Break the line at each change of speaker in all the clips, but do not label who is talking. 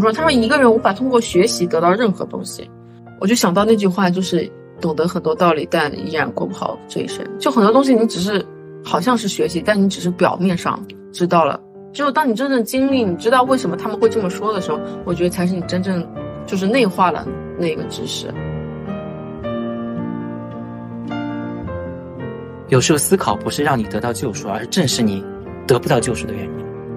说，他们一个人无法通过学习得到任何东西。我就想到那句话，就是懂得很多道理，但依然过不好这一生。就很多东西，你只是好像是学习，但你只是表面上知道了。只有当你真正经历，你知道为什么他们会这么说的时候，我觉得才是你真正就是内化了那个知识。
有时候思考不是让你得到救赎，而是正是你得不到救赎的原因。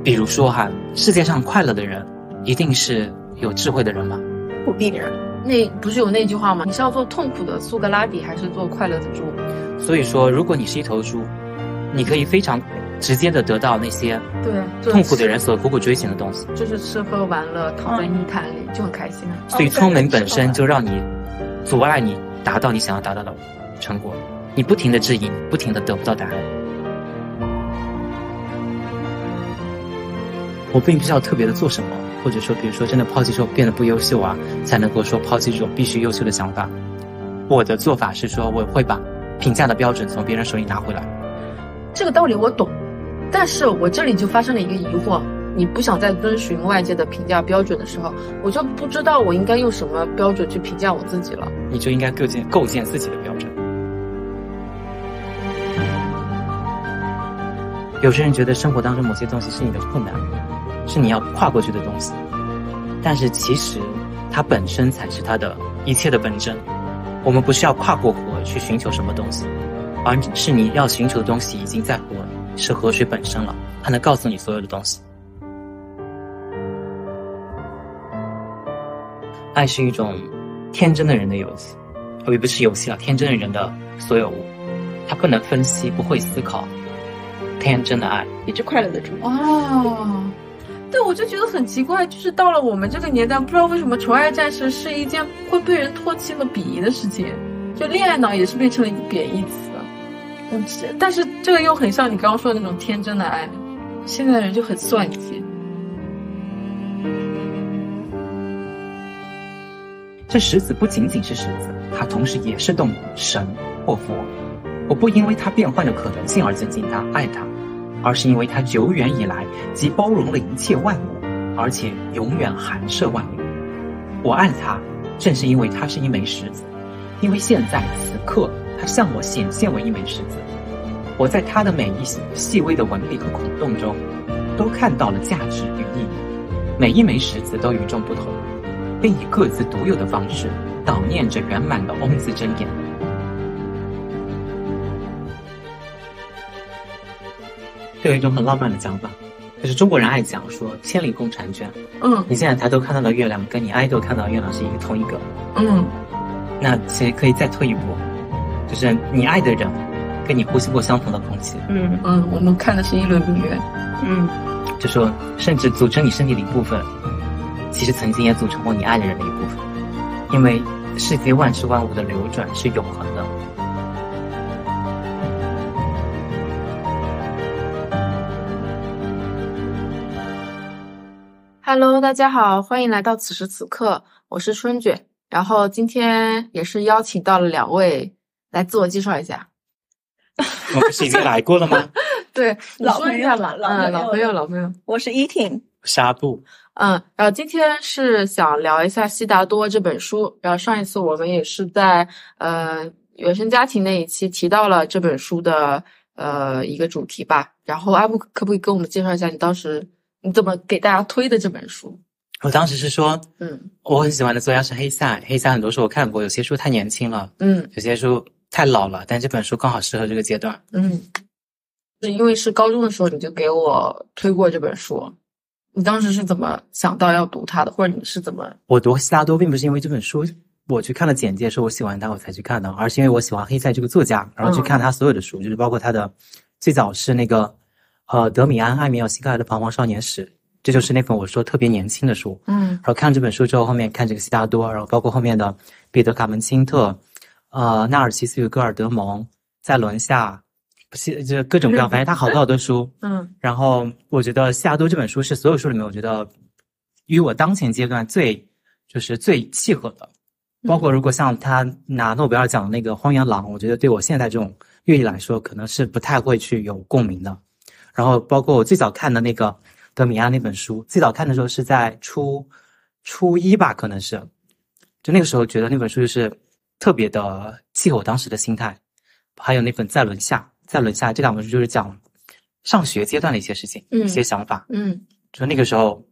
比如说哈，世界上快乐的人一定是有智慧的人吗？
不必然。
那不是有那句话吗？你是要做痛苦的苏格拉底，还是做快乐的猪？
所以说，如果你是一头猪，你可以非常直接的得到那些
对，
痛苦的人所苦苦追寻的东西。
就是吃喝玩乐，躺在泥潭里、就很开心啊。
所以，聪明本身就让你阻碍你达到你想要达到的成果。你不停的质疑，不停的得不到答案。我并不是要特别的做什么，或者说，比如说真的抛弃说变得不优秀啊，才能够说抛弃这种必须优秀的想法。我的做法是说，我会把评价的标准从别人手里拿回来。
这个道理我懂，但是我这里就发生了一个疑惑：你不想再遵循外界的评价标准的时候，我就不知道我应该用什么标准去评价我自己了。
你就应该构建构建自己的标准。有些人觉得生活当中某些东西是你的困难，是你要跨过去的东西，但是其实它本身才是它的一切的本真。我们不是要跨过河去寻求什么东西，而是你要寻求的东西已经在河，是河水本身了，它能告诉你所有的东西。爱是一种天真的人的游戏，哦，也不是游戏啊，天真的人的所有物，他不能分析，不会思考，天真的爱。
一只快乐的猪，
哦，对，我就觉得很奇怪，就是到了我们这个年代，不知道为什么纯爱战士是一件会被人唾弃和鄙夷的事情，就恋爱脑也是变成了一个贬义词。嗯，这但是这个又很像你刚刚说的那种天真的爱，现在的人就很算计。
这石子不仅仅是石子，它同时也是动物、神或佛。我不因为它变换的可能性而尊敬它、爱它，而是因为它久远以来即包容了一切万物，而且永远含摄万物。我爱它，正是因为它是一枚石子，因为现在此刻它向我显现为一枚石子。我在它的每一细细微的纹理和孔洞中，都看到了价值与意义。每一枚石子都与众不同。并以各自独有的方式悼念着圆满的翁字真言。这有一种很浪漫的讲法，就是中国人爱讲说“千里共婵娟
嗯”。
你现在抬头看到的月亮，跟你爱豆看到的月亮是一个同一个。
嗯，
那其实可以再退一步，就是你爱的人，跟你呼吸过相同的空气，
嗯
嗯，我们看的是一轮明月。
嗯，
就说甚至组成你身体的一部分，其实曾经也组成过你爱的人的一部分，因为世界万事万物的流转是永恒的。
Hello，大家好，欢迎来到此时此刻，我是春卷。然后今天也是邀请到了两位来自我介绍一下。
我不是已经来过了吗？
对，你
老
说
朋
一
友
下吧
了，老
嗯，
朋
老
友
朋友，
了
老朋友。
我是 Eating，
纱布，
嗯，然后今天是想聊一下《悉达多》这本书。然后上一次我们也是在呃原生家庭那一期提到了这本书的呃一个主题吧。然后阿布可不可以给我们介绍一下你当时你怎么给大家推的这本书？
我当时是说，
嗯
我很喜欢的作家是黑塞，黑塞很多书我看过，有些书太年轻了，
嗯
有些书太老了，但这本书刚好适合这个阶段。
嗯，是因为是高中的时候你就给我推过这本书，你当时是怎么想到要读它的，或者你是怎么？
我读《悉达多》并不是因为这本书，我去看了简介说我喜欢他我才去看的，而是因为我喜欢黑塞这个作家，然后去看他所有的书，就是包括他的最早是那个呃德米安·艾米尔·希克莱的《彷徨少年史》，这就是那本我说特别年轻的书。
嗯
然后看这本书之后，后面看这个《悉达多》，然后包括后面的彼得·卡门钦特，呃，纳尔奇斯与戈尔德蒙，在轮下，西这各种各样，反正他好多好多书。
嗯
然后我觉得《夏多》这本书是所有书里面，我觉得与我当前阶段最就是最契合的。包括如果像他拿诺贝尔奖的那个《荒原狼》，我觉得对我现在这种阅历来说，可能是不太会去有共鸣的。然后包括我最早看的那个德米安那本书，最早看的时候是在初初一吧，可能是，就那个时候觉得那本书就是特别的契合我当时的心态，还有那本《再轮下》，《再轮下》这两本书就是讲上学阶段的一些事情，
嗯
一些想法，
嗯
就那个时候，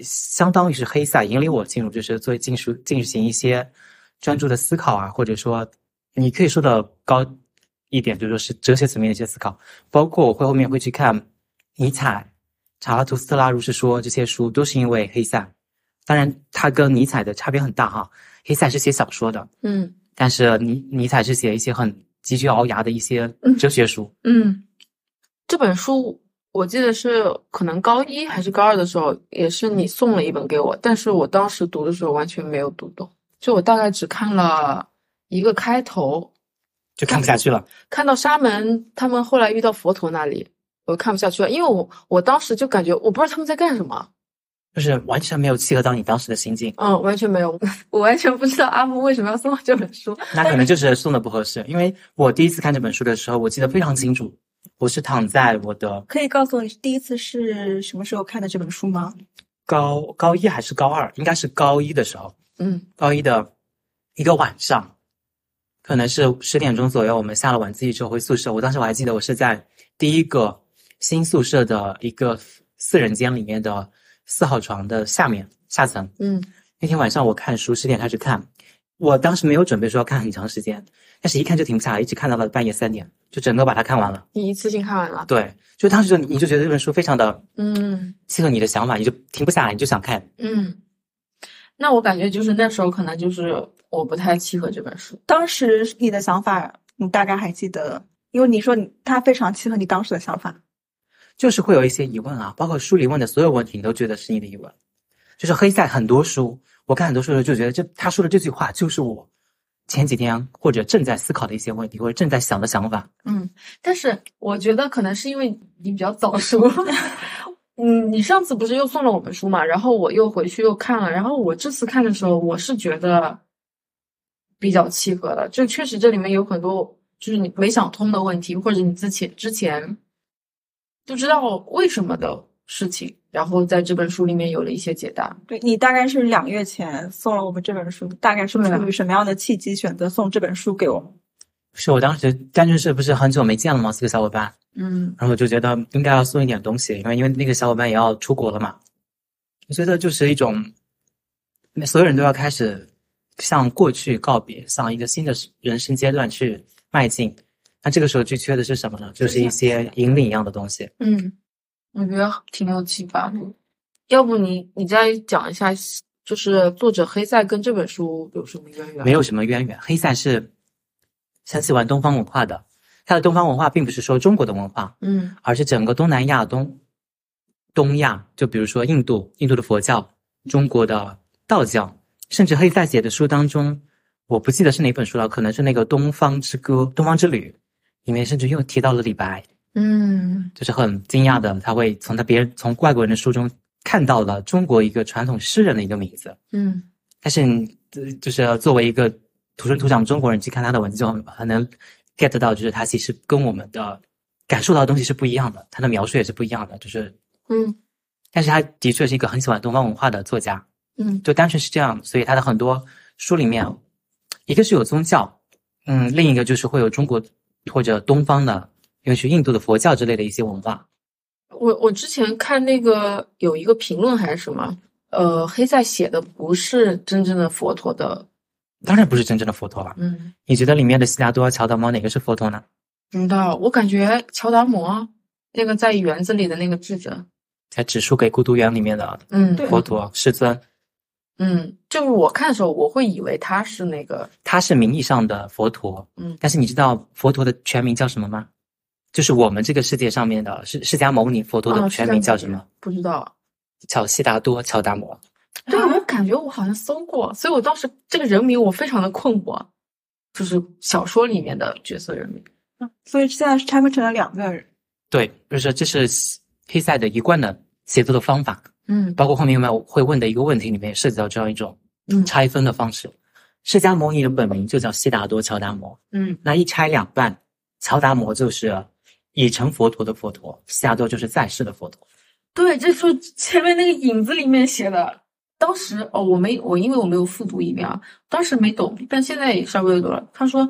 相当于是黑塞引领我进入，就是做进书进行一些专注的思考啊，或者说你可以说的高一点，就是说是哲学层面的一些思考，包括我会后面会去看尼采、查拉图斯特拉如是说这些书，都是因为黑塞。当然，他跟尼采的差别很大哈，黑塞是写小说的，
嗯
但是尼尼采是写一些很急需熬牙的一些哲学书。
嗯，这本书我记得是可能高一还是高二的时候，也是你送了一本给我，但是我当时读的时候完全没有读懂，就我大概只看了一个开头，
就看不下去了，
看到沙门他们后来遇到佛陀那里，我看不下去了，因为我我当时就感觉我不知道他们在干什么，
就是完全没有契合到你当时的心境。
嗯，完全没有，我完全不知道阿木为什么要送我这本书，
那可能就是送的不合适，因为我第一次看这本书的时候，我记得非常清楚，我是躺在我的
可以告诉我你第一次是什么时候看的这本书吗？
高高一还是高二，应该是高一的时候，
嗯
高一的一个晚上，可能是十点钟左右，我们下了晚自习之后回宿舍。我当时我还记得，我是在第一个新宿舍的一个四人间里面的四号床的下面下层，
嗯
那天晚上我看书，十点开始看，我当时没有准备说要看很长时间，但是一看就停不下来，一直看到了半夜三点，就整个把它看完了。
你一次性看完了，
对，就当时就你就觉得这本书非常的
嗯。
契合你的想法，你就停不下来，你就想看。
嗯，那我感觉就是那时候可能就是我不太契合这本书。
当时你的想法，你大概还记得？因为你说你它非常契合你当时的想法。
就是会有一些疑问啊，包括书里问的所有问题，你都觉得是你的疑问。就是黑塞很多书，我看很多书的时候就觉得这他说的这句话就是我前几天或者正在思考的一些问题，或者正在想的想法。
嗯，但是我觉得可能是因为你比较早熟。 嗯，你上次不是又送了我们书嘛，然后我又回去又看了，然后我这次看的时候，我是觉得比较契合的，就确实这里面有很多就是你没想通的问题，或者你之前之前不知道为什么的事情，然后在这本书里面有了一些解答。
对你大概是两个月前送了我们这本书，大概是
对啊
出于什么样的契机选择送这本书给我们？
是我当时单纯是不是很久没见了吗？四个小伙伴，
嗯
然后我就觉得应该要送一点东西，因为因为那个小伙伴也要出国了嘛。我觉得就是一种，所有人都要开始向过去告别，向一个新的人生阶段去迈进。那这个时候最缺的是什么呢？就是一些引领一样的东西。
嗯，我觉得挺有启发的。要不你你再讲一下，就是作者黑塞跟这本书有什么渊源？
没有什么渊源。黑塞是很喜欢东方文化的，他的东方文化并不是说中国的文化，
嗯
而是整个东南亚东东亚，就比如说印度，印度的佛教，中国的道教，甚至黑塞写的书当中，我不记得是哪本书了，可能是那个《东方之歌》《东方之旅》，里面甚至又提到了李白，
嗯
就是很惊讶的，他会从他别人从外国人的书中看到了中国一个传统诗人的一个名字，
嗯
但是你呃就是作为一个土生土长中国人去看他的文字，就很很能 get 到，就是他其实跟我们的感受到的东西是不一样的，他的描述也是不一样的。就是，
嗯
但是他的确是一个很喜欢东方文化的作家，
嗯
就单纯是这样，所以他的很多书里面，一个是有宗教，嗯，另一个就是会有中国或者东方的，尤其印度的佛教之类的一些文化。
我我之前看那个有一个评论还是什么，呃，黑塞写的不是真正的佛陀的，
当然不是真正的佛陀了。
嗯，
你觉得里面的悉达多、乔达摩哪个是佛陀呢？
不知道，我感觉乔达摩那个在园子里的那个智者，
在指数给孤独园里面的
嗯，
对
佛陀世尊。
嗯，就是我看的时候，我会以为他是那个，
他是名义上的佛陀，
嗯
但是你知道佛陀的全名叫什么吗？就是我们这个世界上面的释释迦牟尼佛陀的
啊
全名叫什么？？
不知道。
叫悉达多乔达摩。
对，
啊
我感觉我好像搜过，所以我当时这个人名我非常的困惑，就是小说里面的角色人名。
所以现在是拆分成了两个人。
对，就是这是黑塞的一贯的写作的方法，
嗯
包括后面我会问的一个问题里面也涉及到这样一种
嗯
拆分的方式。释迦牟尼的本名就叫悉达多乔达摩，
嗯
那一拆两半，乔达摩就是已成佛陀的佛陀，悉达多就是在世的佛陀。
对，这是前面那个影子里面写的。当时哦，我没我因为我没有复读一遍啊，当时没懂，但现在也稍微懂了。他说，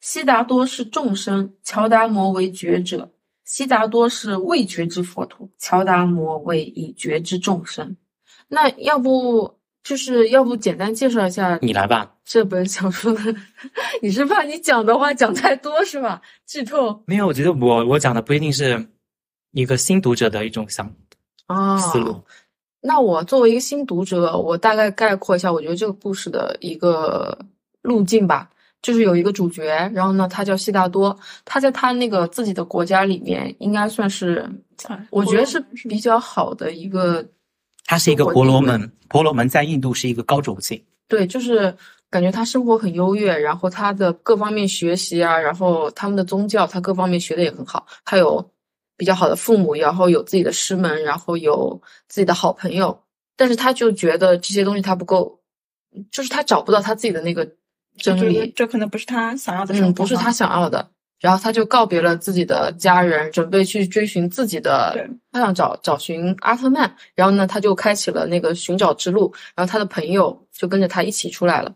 悉达多是众生，乔达摩为觉者；悉达多是未觉之佛土，乔达摩为已觉之众生。那要不就是要不简单介绍一下
你来吧。
这本小说的？ 你是怕你讲的话讲太多是吧？剧透
没有，我觉得我我讲的不一定是一个新读者的一种想
啊
思路。
那我作为一个新读者，我大概概括一下，我觉得这个故事的一个路径吧，就是有一个主角，然后呢，他叫悉达多，他在他那个自己的国家里面，应该算是，我觉得是比较好的一个，
它是一个婆罗门，婆罗门在印度是一个高种姓。
对，就是感觉他生活很优越，然后他的各方面学习啊，然后他们的宗教，他各方面学的也很好，他有比较好的父母，然后有自己的师门，然后有自己的好朋友，但是他就觉得这些东西他不够，就是他找不到他自己的那个真
就
理，
是这可能不是他想要的生活
嗯，
嘛，
不是他想要的。然后他就告别了自己的家人，准备去追寻自己的
对，
他想找找寻阿特曼。然后呢，他就开启了那个寻找之路。然后他的朋友就跟着他一起出来了，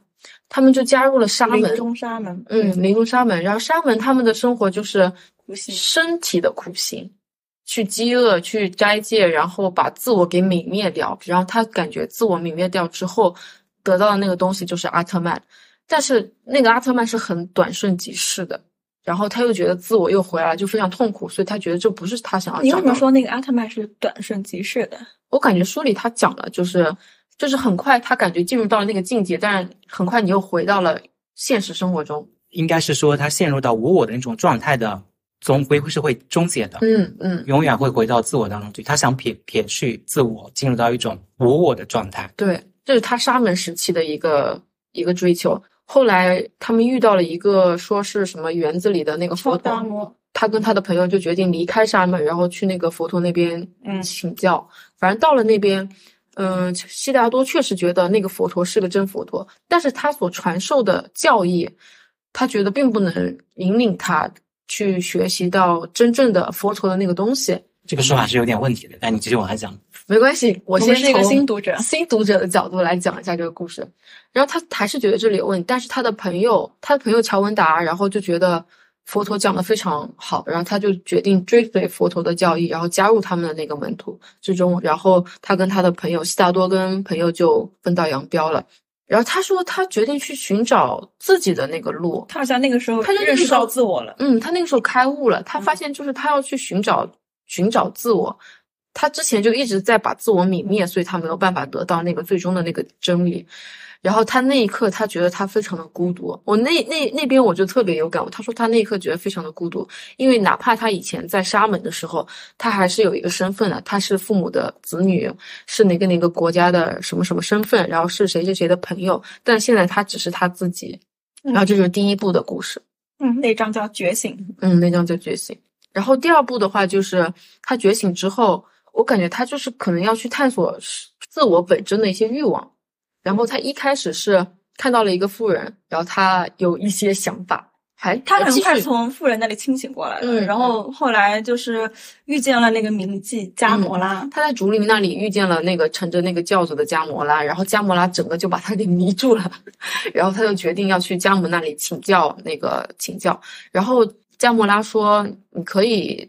他们就加入了沙
临
门，
终沙门，
嗯，临终沙门。然后沙门他们的生活就是
苦行
身体的苦行，去饥饿，去斋戒，然后把自我给泯灭掉。然后他感觉自我泯灭掉之后，得到的那个东西就是阿特曼，但是那个阿特曼是很短瞬即逝的。然后他又觉得自我又回来了，就非常痛苦，所以他觉得这不是他想要
你
啊找到
为什
的
么。说那个阿特曼是短瞬即逝的？
我感觉书里他讲了，就是就是很快他感觉进入到了那个境界，但是很快你又回到了现实生活中。
应该是说他陷入到无我的那种状态的，终归是会终结的，
嗯嗯，
永远会回到自我当中去。他想撇撇去自我，进入到一种无我的状态。
对，这是他沙门时期的一个一个追求。后来他们遇到了一个说是什么园子里的那个佛
乔达
陀，
摩，
他跟他的朋友就决定离开沙门，然后去那个佛陀那边
嗯
请教。反正到了那边，嗯、悉达多确实觉得那个佛陀是个真佛陀，但是他所传授的教义，他觉得并不能引领他去学习到真正的佛陀的那个东西。
这个说法是有点问题的，但你继续往下讲。
没关系，我
我
先
们是一个
从
新读者
新读者的角度来讲一下这个故事。然后他还是觉得这里有问题，但是他的朋友，他的朋友乔文达，然后就觉得佛陀讲的非常好，然后他就决定追随佛陀的教义，然后加入他们的那个门徒之中。然后他跟他的朋友悉达多跟朋友就分道扬镳了。然后他说，他决定去寻找自己的那个路，
他好像那个时候
他就那个
认识
时候
到自我了。
嗯，他那个时候开悟了，他发现就是他要去寻找、寻找自我，他之前就一直在把自我泯灭，所以他没有办法得到那个最终的那个真理。然后他那一刻，他觉得他非常的孤独。我那那那边我就特别有感，他说他那一刻觉得非常的孤独，因为哪怕他以前在沙门的时候，他还是有一个身份的，他是父母的子女，是哪个哪个国家的什么什么身份，然后是谁谁谁的朋友，但现在他只是他自己。嗯然后这就是第一部的故事。
嗯，那张叫《觉醒
嗯，那张叫觉醒。然后第二步的话，就是他觉醒之后，我感觉他就是可能要去探索是自我本真的一些欲望。然后他一开始是看到了一个富人，然后他有一些想法，还》，
他很
继
快
续
从富人那里清醒过来了，
嗯
然后后来就是遇见了那个名妓迦
嗯
摩拉，
他在竹林那里遇见了那个乘着那个轿子的迦摩拉，然后迦摩拉整个就把他给迷住了， 然后他就决定要去迦摩那里请教那个请教，然后迦摩拉说你可以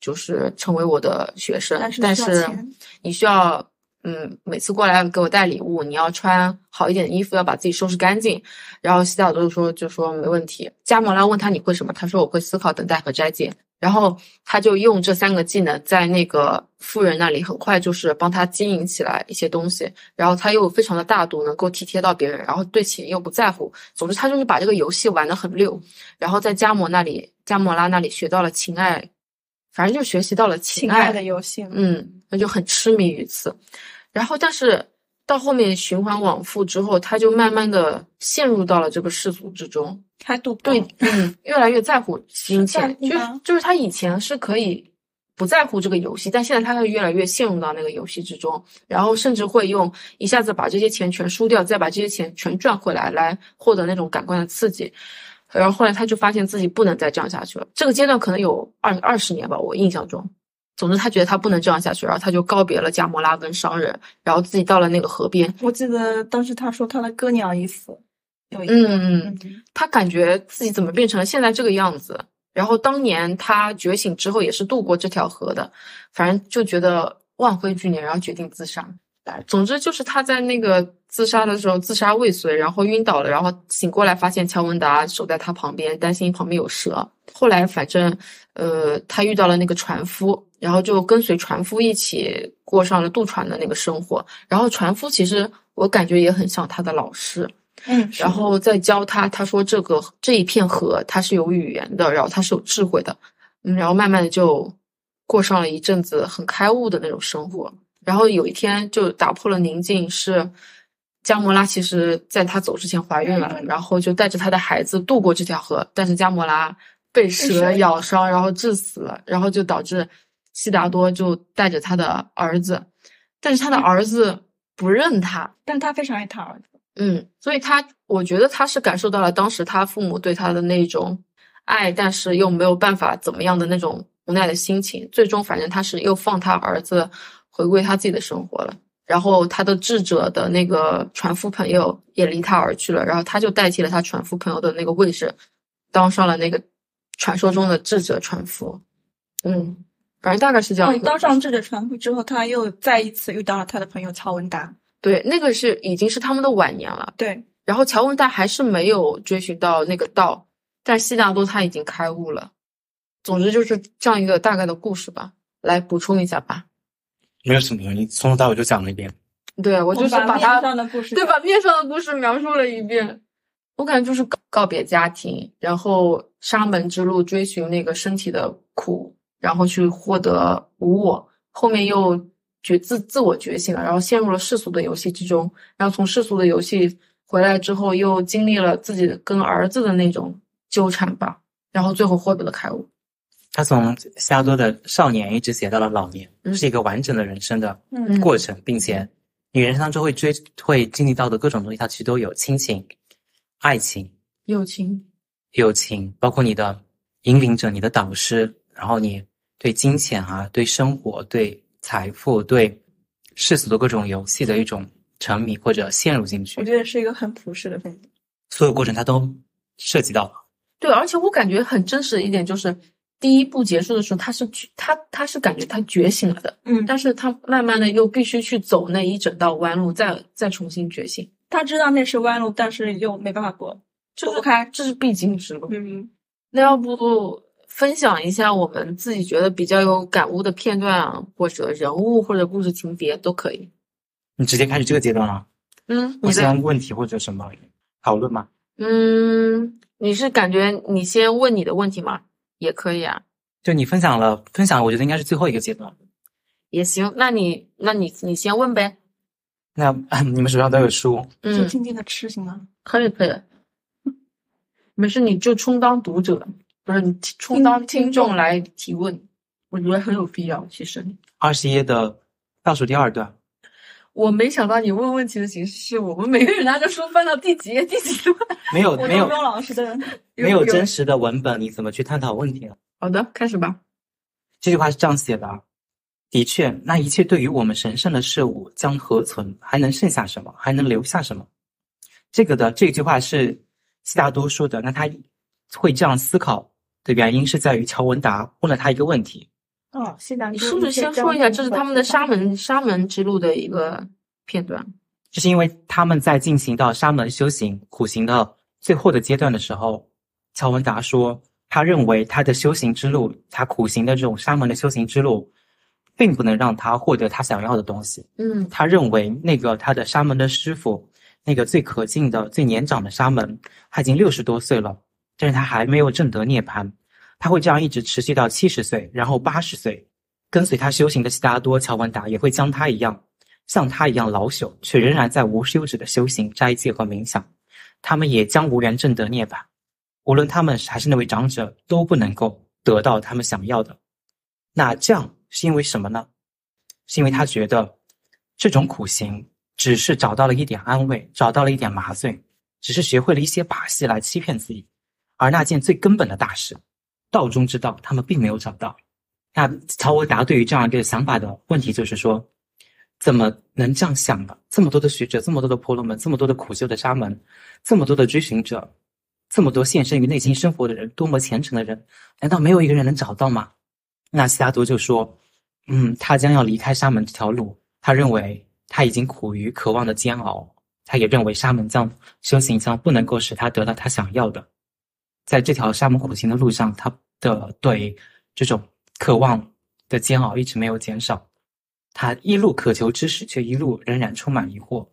就是成为我的学生，
但是
但
需要
是
钱
你需要嗯每次过来给我带礼物，你要穿好一点的衣服，要把自己收拾干净。然后西达多就说就说没问题，迦摩拉问他你会什么，他说我会思考、等待和斋戒。然后他就用这三个技能在那个富人那里很快就是帮他经营起来一些东西，然后他又非常的大度，能够体贴到别人，然后对钱又不在乎，总之他就是把这个游戏玩得很溜，然后在加摩那里加摩拉那里学到了情爱，反正就学习到了情
亲
爱
爱的游戏，
嗯，那就很痴迷于此。然后，但是到后面循环往复之后，他就慢慢的陷入到了这个世俗之中，
开赌博
对，嗯，越来越在乎金钱
在，乎
就是
吗
就是他以前是可以不在乎这个游戏，但现在他会越来越陷入到那个游戏之中，然后甚至会用一下子把这些钱全输掉，再把这些钱全赚回来，来获得那种感官的刺激。然后后来他就发现自己不能再这样下去了。这个阶段可能有二二十年吧，我印象中。总之，他觉得他不能这样下去，然后他就告别了加摩拉跟商人，然后自己到了那个河边。
我记得当时他说他的哥娘已死，有一个
嗯嗯，他感觉自己怎么变成了现在这个样子。然后当年他觉醒之后也是渡过这条河的，反正就觉得万灰俱年，然后决定自杀。哎总之就是他在那个自杀的时候自杀未遂，然后晕倒了，然后醒过来发现乔文达守在他旁边，担心旁边有蛇。后来反正呃，他遇到了那个船夫，然后就跟随船夫一起过上了渡船的那个生活。然后船夫其实我感觉也很像他的老师，
嗯，
然后再教他，他说这个这一片河它是有语言的，然后它是有智慧的，嗯，然后慢慢的就过上了一阵子很开悟的那种生活。然后有一天就打破了宁静，是加摩拉其实在她走之前怀孕了，
嗯
然后就带着她的孩子渡过这条河，但是加摩拉被蛇
蛇
咬伤，然后致死了，然后就导致悉达多就带着他的儿子，但是他的儿子不认他，
但他非常爱他儿啊子，
嗯，所以他，我觉得他是感受到了当时他父母对他的那种爱，但是又没有办法怎么样的那种无奈的心情。最终，反正他是又放他儿子回归他自己的生活了。然后他的智者的那个船夫朋友也离他而去了，然后他就代替了他船夫朋友的那个位置，当上了那个传说中的智者船夫。嗯，反正大概是这样
哦
一，个
当上智者船夫之后，他又再一次遇到了他的朋友乔文达，
对，那个是已经是他们的晚年了。
对，
然后乔文达还是没有追寻到那个道，但悉达多他已经开悟了。总之就是这样一个大概的故事吧，来补充一下吧。
没有什么，你从头到尾就讲了一遍。
对我就是
把
它
面上的故事
对把面上的故事描述了一遍。我感觉就是告告别家庭，然后沙门之路追寻那个身体的苦，然后去获得无我，后面又觉自自我觉醒了，然后陷入了世俗的游戏之中，然后从世俗的游戏回来之后，又经历了自己跟儿子的那种纠缠吧，然后最后获得了开悟。
他从悉达多的少年一直写到了老年，这是一个完整的人生的
嗯
过程，并且你人生当中会追会经历到的各种东西，它其实都有亲情、爱情、
友情，
友情，包括你的引领者、你的导师，然后你对金钱啊、对生活、对财富、对世俗的各种游戏的一种沉迷或者陷入进
我
去，
觉得是一个很朴实的分析，
所有过程它都涉及到了。
对，而且我感觉很真实的一点就是，第一部结束的时候，他是觉他他是感觉他觉醒了的。
嗯，
但是他慢慢的又必须去走那一整道弯路，再再重新觉醒，
他知道那是弯路，但是又没办法过，
这
走
是
不开
这是必经之路。
嗯，
那要不分享一下我们自己觉得比较有感悟的片段啊，或者人物或者故事情节都可以。
你直接开始这个阶段了，
嗯，
不
你的
先问题或者什么讨论吗？
嗯，你是感觉你先问你的问题吗？也可以啊，
就你分享了，分享我觉得应该是最后一个阶段。
也行。那你那你你先问呗。
那 你们手上都有书，
就
嗯，
静静的吃行吗？
可以可以，没事，你就充当读者，不是你充
听
当听
听
众
众
来提问，我觉得很有必要。其实，
二十页的倒数第二段，
我没想到你问问题的形式是我们每个人拿着书翻到第几页、第几段。
没有
我
没有
周老师的
没有真实的文本，你怎么去探讨问题呢？
好的，开始吧。
这句话是这样写的啊：的确，那一切对于我们神圣的事物将何存？还能剩下什么？还能留下什么？这个的这句话是悉达多说的。那他会这样思考的原因是在于乔文达问了他一个问题。
哦，西南
你是不是先说一下，这是他们的沙门沙门之路的一个片段？
这是因为他们在进行到沙门修行苦行的最后的阶段的时候，乔文达说，他认为他的修行之路，他苦行的这种沙门的修行之路，并不能让他获得他想要的东西。
嗯
他认为那个他的沙门的师傅，那个最可敬的、最年长的沙门，他已经六十多岁了，但是他还没有证得涅槃，他会这样一直持续到七十岁，然后八十岁。跟随他修行的悉达多、乔文达也会将他一样，像他一样老朽，却仍然在无休止的修行、斋戒和冥想。他们也将无缘证得涅槃，无论他们还是那位长者，都不能够得到他们想要的。那这样是因为什么呢？是因为他觉得这种苦行只是找到了一点安慰，找到了一点麻醉，只是学会了一些把戏来欺骗自己，而那件最根本的大事，道中之道，他们并没有找到。那曹维达对于这样一个想法的问题就是说，怎么能这样想呢？这么多的学者，这么多的婆罗门，这么多的苦修的沙门，这么多的追寻者，这么多献身于内心生活的人，多么虔诚的人，难道没有一个人能找到吗？那悉达多就说，嗯，他将要离开沙门这条路，他认为他已经苦于渴望的煎熬，他也认为沙门将修行将不能够使他得到他想要的，在这条沙门苦行的路上，他的对这种渴望的煎熬一直没有减少，他一路渴求知识，却一路仍然充满疑惑。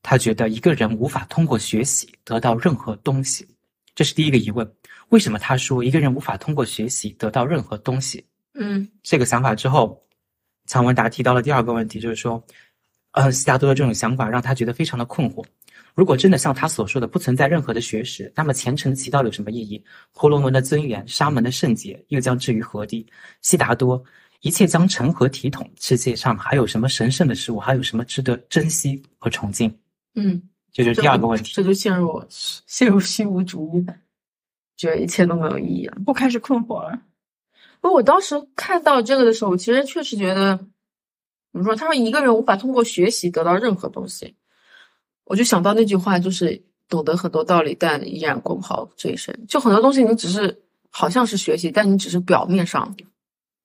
他觉得一个人无法通过学习得到任何东西，这是第一个疑问。为什么他说一个人无法通过学习得到任何东西？
嗯
这个想法之后，常文达提到了第二个问题，就是说，呃，悉达多的这种想法让他觉得非常的困惑。如果真的像他所说的不存在任何的学识，那么虔诚的祈祷有什么意义？婆罗门的尊严、沙门的圣洁又将置于何地？悉达多，一切将成何体统？世界上还有什么神圣的事物？还有什么值得珍惜和崇敬？
嗯，
这就是第二个问题。
这就陷入我陷入虚无主义了，觉得一切都没有意义了。
我开始困惑了。
不，我当时看到这个的时候，其实确实觉得，怎么说？他说一个人无法通过学习得到任何东西，我就想到那句话，就是懂得很多道理，但依然过不好这一生。就很多东西，你只是好像是学习，但你只是表面上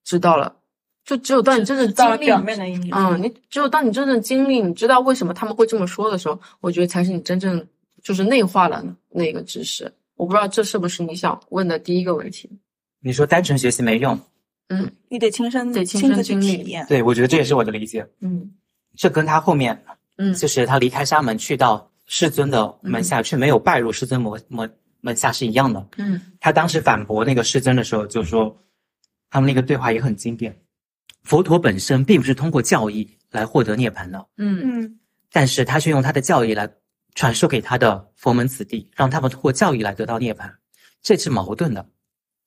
知道了，就只有当你真正
到了
经历
表面的意义，
嗯，你只有当你真正经历，你知道为什么他们会这么说的时候，我觉得才是你真正就是内化了那个知识。我不知道这是不是你想问的第一个问题。
你说单纯学习没用，
你得亲身
得亲
亲
身
自
经
去
历
体验。
对我觉得这也是我的理解。
嗯
这跟他后面
嗯
就是他离开沙门去到世尊的门下，却没有拜入世尊门门门下是一样的。
嗯
他当时反驳那个世尊的时候，就说他们那个对话也很经典。佛陀本身并不是通过教义来获得涅槃的，
嗯
嗯，
但是他却用他的教义来传授给他的佛门子弟，让他们通过教义来得到涅槃，这是矛盾的。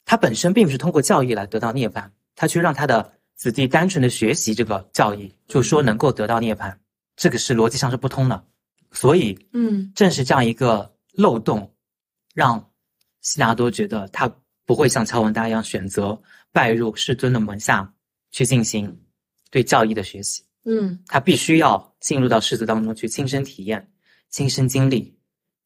他本身并不是通过教义来得到涅槃，他却让他的子弟单纯的学习这个教义，就说能够得到涅槃，这个是逻辑上是不通的。所以
嗯
正是这样一个漏洞，让悉达多觉得他不会像乔文达一样选择拜入世尊的门下去进行对教义的学习。
嗯
他必须要进入到世俗当中去亲身体验、亲身经历，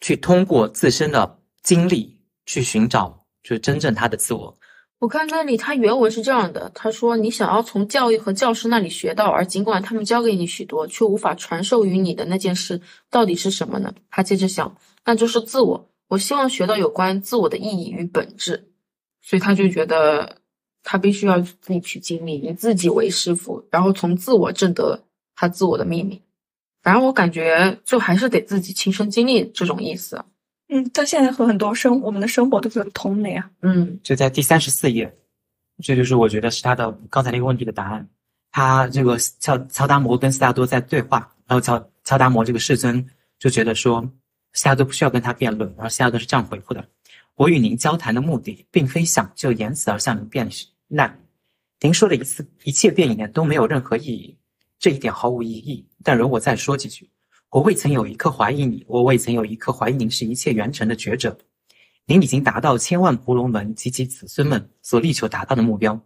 去通过自身的经历去寻找，就是真正他的自我。
我看这里他原文是这样的，他说：“你想要从教育和教师那里学到，而尽管他们教给你许多，却无法传授于你的那件事，到底是什么呢？”他接着想，那就是自我。我希望学到有关自我的意义与本质，所以他就觉得他必须要自己去经历，以自己为师傅，然后从自我证得他自我的秘密。反正我感觉就还是得自己亲身经历这种意思。啊
嗯，但现在和很多生我们的生活都是通的呀。
嗯
就在第三十四页，这就是我觉得是他的刚才那个问题的答案。他这个乔乔达摩跟悉达多在对话，然后乔乔达摩这个世尊就觉得说，悉达多不需要跟他辩论，然后悉达多是这样回复的：我与您交谈的目的，并非想就言辞而向您辩难，您说的一次一切辩言都没有任何意义，这一点毫无疑义。但容我再说几句，我未曾有一刻怀疑你，我未曾有一刻怀疑您是一切元辰的觉者。您已经达到千万婆罗门及其子孙们所力求达到的目标，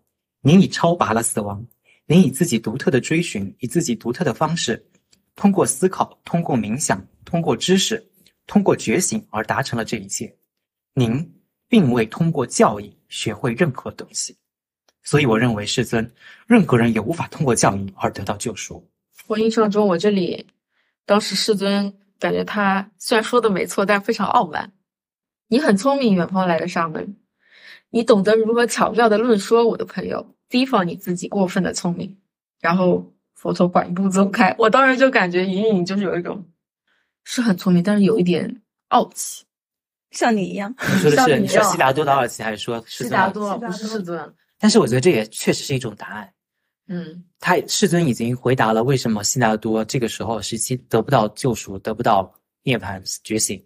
您已超拔了死亡，您以自己独特的追寻，以自己独特的方式，通过思考，通过冥想，通过知识，通过觉醒而达成了这一切。您并未通过教义学会任何东西，所以我认为世尊，任何人也无法通过教义而得到救赎。
我印象中，我这里当时世尊感觉他虽然说的没错，但非常傲慢。你很聪明，远方来的沙门，你懂得如何巧妙的论说，我的朋友，提防你自己过分的聪明。然后佛陀缓步走开，我当时就感觉隐隐就是有一种是很聪明，但是有一点傲气。
像你一样，
你说的
像
是
你
你说
一样
悉达多的二期，还是说世
啊悉
尊的
达
二期？
多
悉达
不是
多
世尊，
但是我觉得这也确实是一种答案。
嗯
他世尊已经回答了为什么悉达多这个时候时期得不到救赎，得不到涅槃觉醒，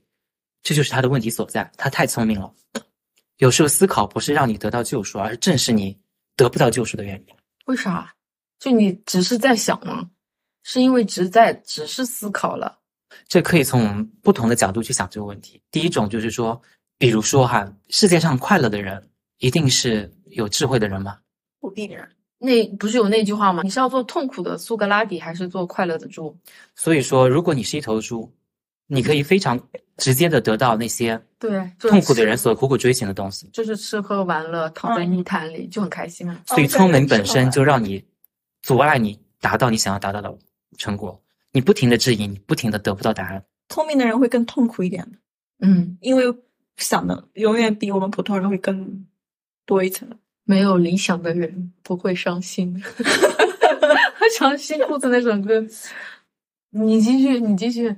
这就是他的问题所在。他太聪明了，有时候思考不是让你得到救赎，而是正是你得不到救赎的原因。
为啥？就你只是在想吗？是因为只在只是思考了。
这可以从不同的角度去想这个问题。第一种就是说，比如说哈，世界上快乐的人一定是有智慧的人吗？
不必然。
那不是有那句话吗？你是要做痛苦的苏格拉底，还是做快乐的猪？
所以说，如果你是一头猪，你可以非常直接的得到那些
对，就是
痛苦的
吃
人所苦苦追寻的东西。
就是吃喝玩乐，躺在泥潭里、就很开心啊。
所以
哦
聪明
对
本
是
身
的
就让你阻碍你达到你想要达到的成果，你不停的质疑，你不停的得不到答案。
聪明的人会更痛苦一点，
嗯，
因为想的永远比我们普通人会更多一层。
没有理想的人不会伤心。 伤心裤子那首歌，你继续，你继续。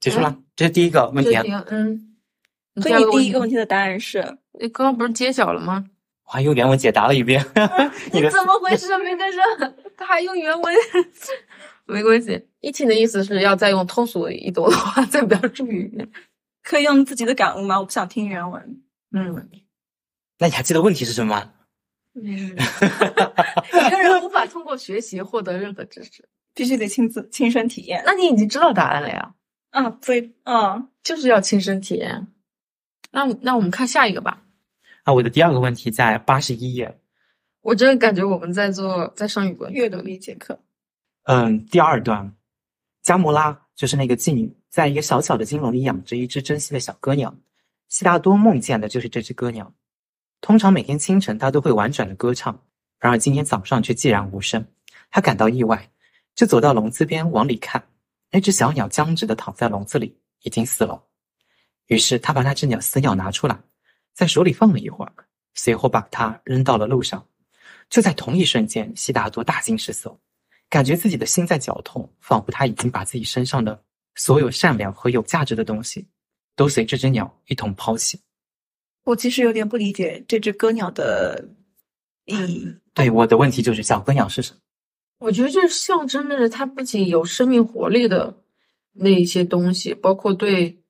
结束了，这是第一个问
就
题啊。
停，嗯。
所以你第一个
问
问题的答案是，
题，你刚刚不是揭晓了吗？
我还用原文解答了一遍， 你 的
怎么回事？没跟上， 他还用原文，没关系。一听的意思是要再用通俗一朵的话再表述语言。
可以用自己的感悟吗？我不想听原文。
嗯，
那你还记得问题是什么吗？
没事。一个嗯人无法通过学习获得任何知识，
必须得亲自亲身体验。
那你已经知道答案了呀，
啊，对，嗯，
就是要亲身体验。那那我们看下一个吧。
啊，我的第二个问题在八十一页，
我真的感觉我们在做在上语文
阅读理解课，
嗯，第二段，加摩拉就是那个妓女，在一个小小的金笼里养着一只珍稀的小歌鸟。悉达多梦见的就是这只歌鸟。通常每天清晨，它都会婉转的歌唱，然而今天早上却寂然无声。他感到意外，就走到笼子边往里看，那只小鸟僵直的躺在笼子里，已经死了。于是他把那只鸟死鸟拿出来，在手里放了一会儿，随后把它扔到了路上。就在同一瞬间，悉达多大惊失色，感觉自己的心在绞痛，仿佛他已经把自己身上的所有善良和有价值的东西，都随这只鸟一同抛弃。
我其实有点不理解这只歌鸟的意
嗯
义。
对我的问题就是，小歌鸟是什么？
我觉得这象征着它不仅有生命活力的那一些东西，包括对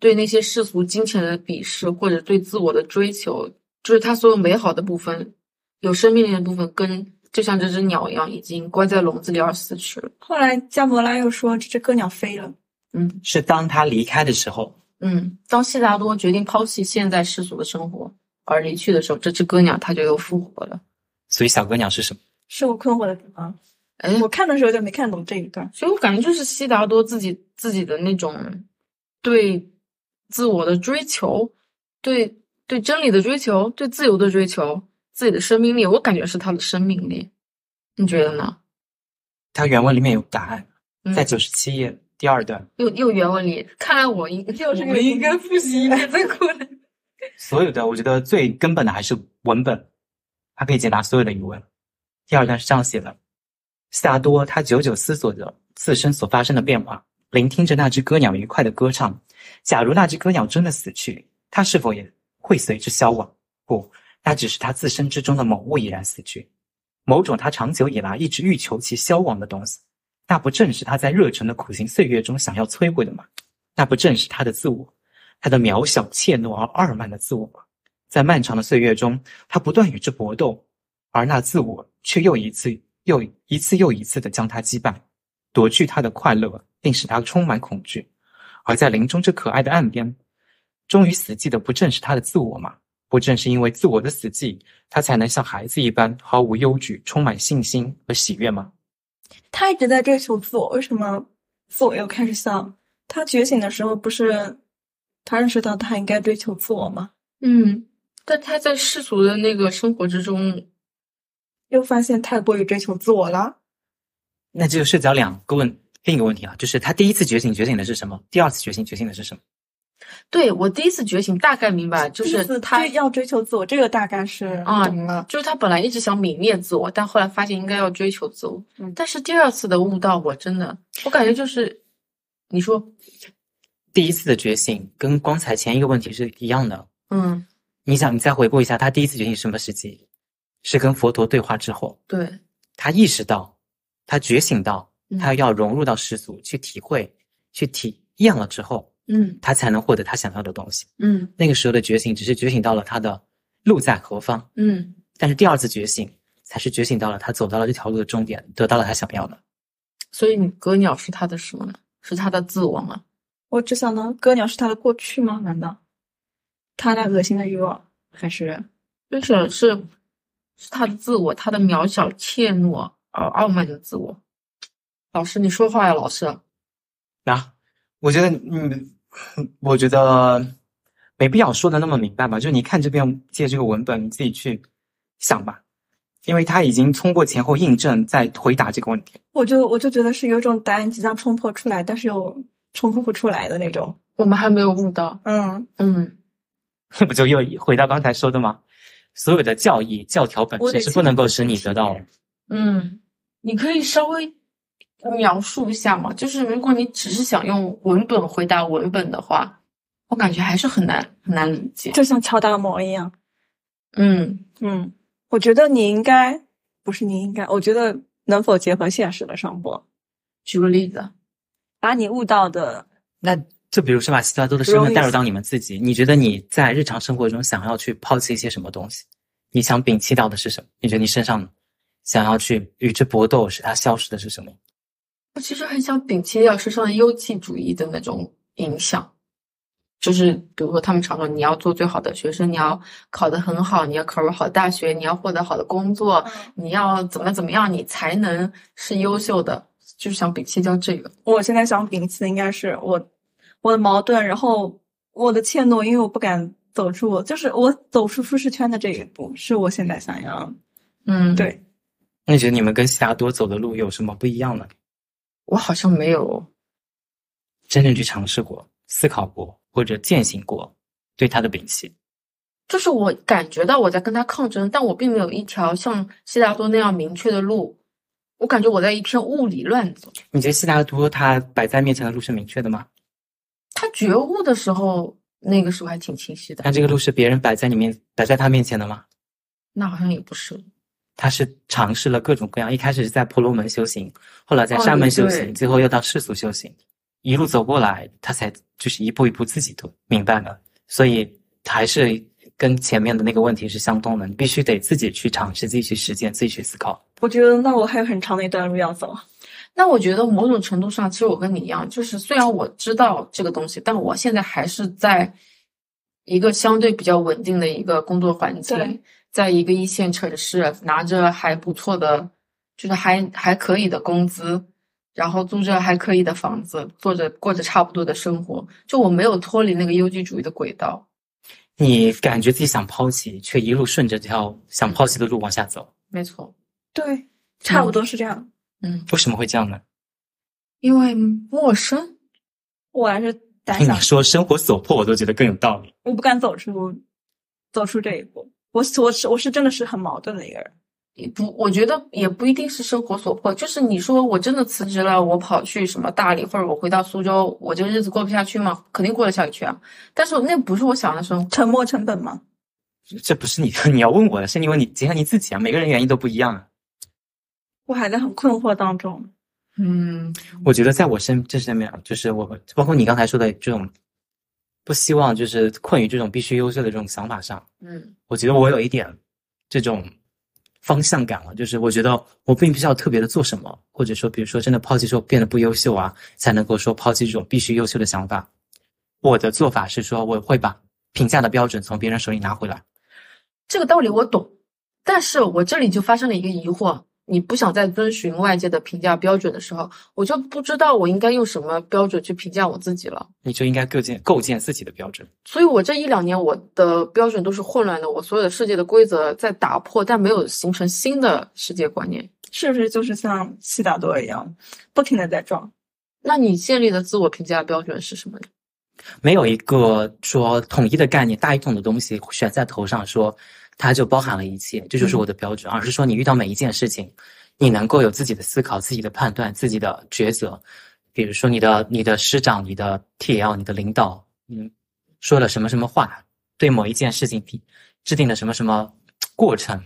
对那些世俗金钱的鄙视，或者对自我的追求，就是它所有美好的部分，有生命力的部分，跟就像这只鸟一样，已经关在笼子里而死去了。
后来加摩拉又说这只歌鸟飞了，
嗯
是当他离开的时候，
嗯，当悉达多决定抛弃现在世俗的生活而离去的时候，这只歌鸟它就又复活了。
所以小歌鸟是什么？
是我困惑的地方。
哎，
我看的时候就没看懂这一段。
所以我感觉就是悉达多自己自己的那种对自我的追求，对对真理的追求，对自由的追求，自己的生命力，我感觉是他的生命力。你觉得呢？
它原文里面有答案，
嗯
在九十七页第二段，
又又原文里，看来我 应又我们应该复习一遍再过来。
所有的我觉得最根本的还是文本，它可以解答所有的疑问。第二段是这样写的：悉达多他久久思索着自身所发生的变化，聆听着那只歌鸟愉快的歌唱。假如那只歌鸟真的死去，它是否也会随之消亡？不，那只是它自身之中的某物已然死去，某种它长久以来一直欲求其消亡的东西。那不正是他在热忱的苦行岁月中想要摧毁的吗？那不正是他的自我？他的渺小、怯懦而傲慢的自我，在漫长的岁月中，他不断与之搏斗，而那自我却又一次、又一次又一次的将他击败，夺去他的快乐，并使他充满恐惧。而在林中这可爱的岸边，终于死寂的不正是他的自我吗？不正是因为自我的死寂，他才能像孩子一般毫无忧惧，充满信心和喜悦吗？
他一直在追求自我，为什么自我又开始笑？他觉醒的时候不是他认识到他应该追求自我吗？
嗯，但他在世俗的那个生活之中，
又发现太过于追求自我了。
那这就涉及到两个问，另一个问题了，啊就是他第一次觉醒觉醒的是什么？第二次觉醒觉醒的是什么？
对我第一次觉醒，大概明白，就
第一
是
次
他
追要追求自我，这个大概是
啊
懂了。
就是他本来一直想泯灭自我，但后来发现应该要追求自我。
嗯
但是第二次的悟到，我真的，我感觉就是，你说，
第一次的觉醒跟刚才前一个问题是一样的。
嗯，
你想，你再回顾一下，他第一次觉醒是什么时机？是跟佛陀对话之后，
对，
他意识到，他觉醒到
嗯，
他要融入到世俗，去体会、去体验了之后，
嗯
他才能获得他想要的东西。
嗯
那个时候的觉醒，只是觉醒到了他的路在何方，
嗯，
但是第二次觉醒才是觉醒到了他走到了这条路的终点，得到了他想要的。
所以你歌鸟是他的什么呢？是他的自我吗？
我只想到歌鸟是他的过去吗？难道他那恶心的欲望还是
就是是是他的自我，他的渺小、怯懦而傲慢的自我。老师，你说话呀，老师。
啊，
我觉得，嗯，我觉得没必要说的那么明白吧。就你看这边借这个文本，你自己去想吧，因为他已经通过前后印证在回答这个问题。
我就我就觉得是有一种答案即将冲破出来，但是又冲破不出来的那种。
我们还没有悟到，
嗯，
嗯，
这不就又回到刚才说的吗？所有的教义、教条本
我得
身是
去
不能够使你得到
体验
嗯，你可以稍微描述一下吗？就是如果你只是想用文本回答文本的话，我感觉还是很难很难理解。
就像敲大魔一样。
嗯，
嗯，我觉得你应该不是你应该，我觉得能否结合现实的上播，
举个例子，
把你悟到的，
那就比如说把悉达多的身
容
份
易
带入到你们自己，你觉得你在日常生活中想要去抛弃一些什么东西？你想摒弃掉的是什么？你觉得你身上想要去与之搏斗，使它消失的是什么？
我其实很想摒弃掉身上的优绩主义的那种影响，就是比如说他们常说你要做最好的学生，你要考得很好，你要考入好大学，你要获得好的工作，你要怎么怎么样，你才能是优秀的，就是想摒弃掉这个。
我现在想摒弃的应该是我我的矛盾，然后我的怯懦，因为我不敢走出我，就是我走出舒适圈的这一步，是我现在想要。
嗯，
对，
那你觉得你们跟悉达多走的路有什么不一样呢？
我好像没有。
真正去尝试过、思考过或者践行过对它的摒弃，
就是我感觉到我在跟他抗争，但我并没有一条像悉达多那样明确的路。我感觉我在一片雾里乱走。
你觉得悉达多他摆在面前的路是明确的吗？
他觉悟的时候，那个时候还挺清晰的
但。这个路是别人摆在你面摆在他面前的吗？
那好像也不是，
他是尝试了各种各样，一开始是在婆罗门修行，后来在沙门修
哦对
行，最后又到世俗修行，一路走过来，他才就是一步一步自己都明白了，所以还是跟前面的那个问题是相通的，你必须得自己去尝试，自己去实践，自己去思考。
我觉得那我还有很长的一段路要走。
那我觉得某种程度上，其实我跟你一样，就是虽然我知道这个东西，但我现在还是在一个相对比较稳定的一个工作环境
对，
在一个一线城市，拿着还不错的，就是还还可以的工资，然后租着还可以的房子，做着过着差不多的生活，就我没有脱离那个优绩主义的轨道。
你感觉自己想抛弃，却一路顺着这条想抛弃的路往下走，
没错，
对，差不多是这样。
嗯，
为什么会这样呢？
因为陌生，
我还是胆
听
小
你，说生活所迫，我都觉得更有道理。
我不敢走出走出这一步。我我是我是真的是很矛盾的一个人。
也不，我觉得也不一定是生活所迫。就是你说我真的辞职了，我跑去什么大理，或者我回到苏州，我这日子过不下去吗？肯定过得下去啊。但是那不是我想的生活。
沉没成本吗？
这不是你你要问我的，是 你问你结合你自己啊，每个人原因都不一样啊。
我还在很困惑当中。
嗯，
我觉得在我身这上面，啊就是我包括你刚才说的这种，不希望就是困于这种必须优秀的这种想法上，
嗯，
我觉得我有一点这种方向感了，就是我觉得我并不需要特别的做什么，或者说，比如说真的抛弃说变得不优秀啊，才能够说抛弃这种必须优秀的想法。我的做法是说，我会把评价的标准从别人手里拿回来。
这个道理我懂，但是我这里就发生了一个疑惑：你不想再遵循外界的评价标准的时候，我就不知道我应该用什么标准去评价我自己了。
你就应该构建构建自己的标准。
所以我这一两年我的标准都是混乱的，我所有的世界的规则在打破，但没有形成新的世界观念。
是不是就是像悉达多一样，不停的在撞？
那你建立的自我评价标准是什么呢？
没有一个说统一的概念、大一统的东西悬在头上说，它就包含了一切，这就是我的标准，而是说你遇到每一件事情，你能够有自己的思考、自己的判断、自己的抉择。比如说你的你的师长、你的 TL、你的领导，嗯，说了什么什么话，对某一件事情提制定了什么什么过程，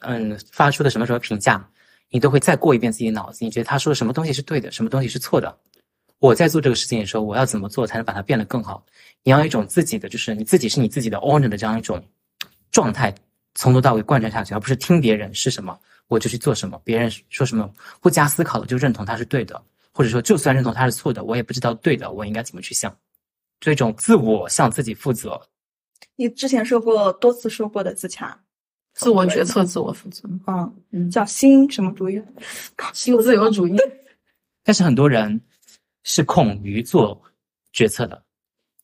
嗯，发出的什么什么评价，你都会再过一遍自己的脑子，你觉得他说的什么东西是对的，什么东西是错的。我在做这个事情的时候，我要怎么做才能把它变得更好？你要有一种自己的，就是你自己是你自己的 owner 的这样一种状态，从头到尾贯彻下去，而不是听别人是什么我就去做什么，别人说什么不加思考的就认同他是对的，或者说就算认同他是错的，我也不知道对的我应该怎么去想。这种自我向自己负责，
你之前说过多次说过的自洽，
自我决策、自我负责，
嗯，
嗯，
叫新什么主义？
新自由主义。
但是很多人是恐于做决策的，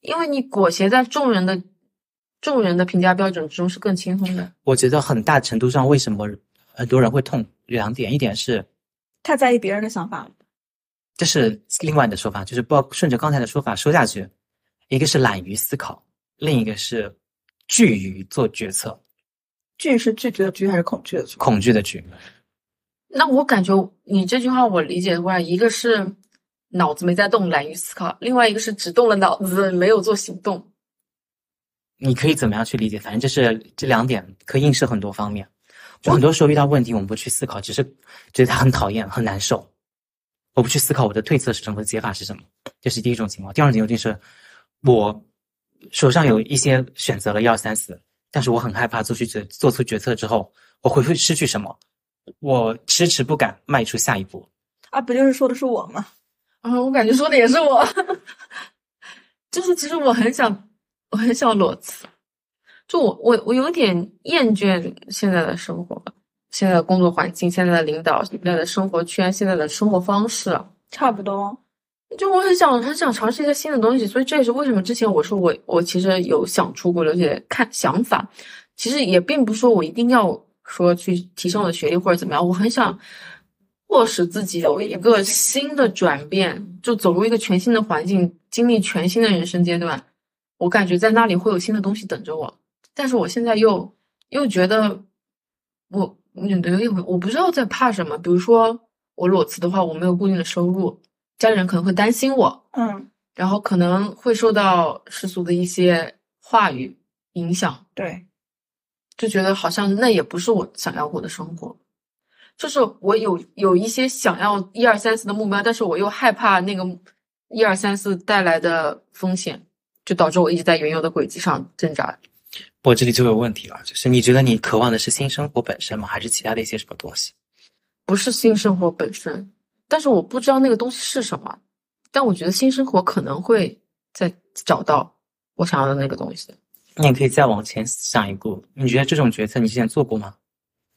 因为你裹挟在众人的众人的评价标准之中是更轻松的。
我觉得很大程度上，为什么很多人会痛？两点，一点是，
太在意别人的想法了。
这是另外的说法，就是包顺着刚才的说法说下去，一个是懒于思考，另一个是惧于做决策，
惧是拒绝的拒还是恐惧的惧？
恐惧的惧。
那我感觉你这句话我理解的话，一个是脑子没在动，懒于思考；，另外一个是只动了脑子，没有做行动。
你可以怎么样去理解？反正这是这两点可以映射很多方面。就很多时候遇到问题，我们不去思考，只是觉得它很讨厌、很难受，我不去思考我的对策是什么，我的解法是什么，这是第一种情况。第二种情况就是我手上有一些选择了一二三四，但是我很害怕做出决做出决策之后，我会会失去什么，我迟迟不敢迈出下一步。
啊，不就是说的是我吗？
啊，我感觉说的也是我， 就是其实我很想，我很想裸辞，就我我我有点厌倦现在的生活吧，现在的工作环境，现在的领导，现在的生活圈，现在的生活方式，啊
差不多。
就我很想很想尝试一些新的东西，所以这也是为什么之前我说我我其实有想出国留学看想法，其实也并不是说我一定要说去提升我的学历或者怎么样，我很想迫使自己有一个新的转变，就走入一个全新的环境，经历全新的人生阶段。我感觉在那里会有新的东西等着我，但是我现在又又觉得我有点我不知道在怕什么，比如说我裸辞的话，我没有固定的收入。家人可能会担心我，
嗯，
然后可能会受到世俗的一些话语影响，
对，
就觉得好像那也不是我想要过的生活。就是我有有一些想要一二三四的目标，但是我又害怕那个一二三四带来的风险，就导致我一直在原有的轨迹上挣扎。
我这里就有问题了，就是你觉得你渴望的是新生活本身吗？还是其他的一些什么东西？
不是新生活本身，但是我不知道那个东西是什么，但我觉得新生活可能会再找到我想要的那个东西。
你也可以再往前想一步，你觉得这种决策你之前做过吗？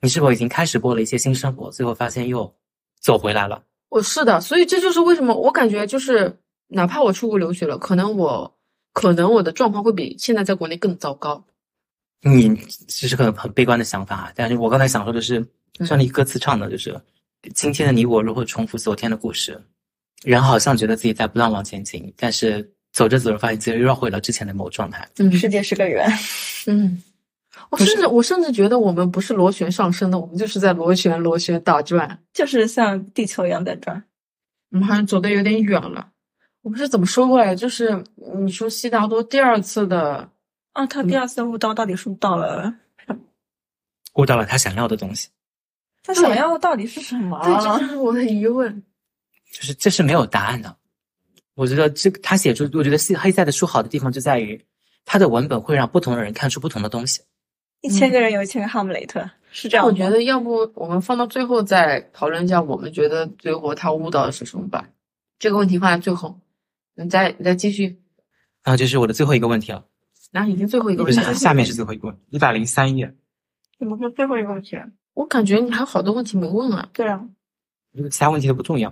你是否已经开始过了一些新生活，最后发现又走回来了？
我哦是的，所以这就是为什么我感觉就是，哪怕我出国留学了，可能我可能我的状况会比现在在国内更糟糕。
你这是个很悲观的想法，啊但是我刚才想说的是，像你歌词唱的，就是今天的你我如何重复昨天的故事，然后好像觉得自己在不断往前进，但是走着走着发现自己又绕回了之前的某状态。
嗯
世界是个圆。
嗯，我甚至我甚至觉得我们不是螺旋上升的，我们就是在螺旋螺旋打转。
就是像地球一样在转。
我们好像走的有点远了。我们是怎么说过来着？就是你说悉达多第二次的，
啊，他第二次悟道到底是悟到了？
悟到了他想要的东西，
他想要的到底是什 么？啊
对，这就是我的疑问。
就是这是没有答案的。我觉得这个他写出，我觉得是黑塞的书好的地方就在于，他的文本会让不同的人看出不同的东西。
一千个人有一千个哈姆雷特，是这样
我
吗。
觉得要不我们放到最后再讨论一下，我们觉得最后他悟到的是什么吧？这个问题放在最后，你再你再继续。
然啊后这是我的最后一个问题了，
然后已经最后一个
不
问题了
是，下面是最后一个问题，一百零三页，
怎么是最后一个问题？
我感觉你还有好多问题没问啊。
对啊，
其他问题都不重要。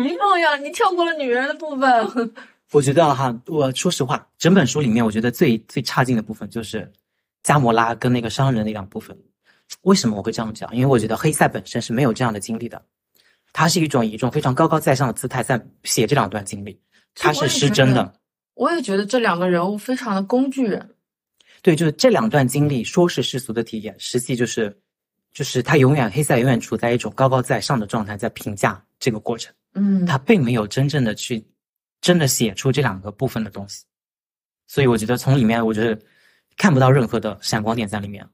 没重要，你跳过了女人的部分。
我觉得哈，我说实话，整本书里面，我觉得最最差劲的部分就是加摩拉跟那个商人那两部分。为什么我会这样讲？因为我觉得黑塞本身是没有这样的经历的，他是一种以一种非常高高在上的姿态在写这两段经历，他是失真的。
我也觉得这两个人物非常的工具人。
对，就是这两段经历，说是世俗的体验，实际就是，就是他永远黑塞永远处在一种高高在上的状态，在评价这个过程，
嗯，
他并没有真正的去真的写出这两个部分的东西，所以我觉得从里面我就是看不到任何的闪光点在里面，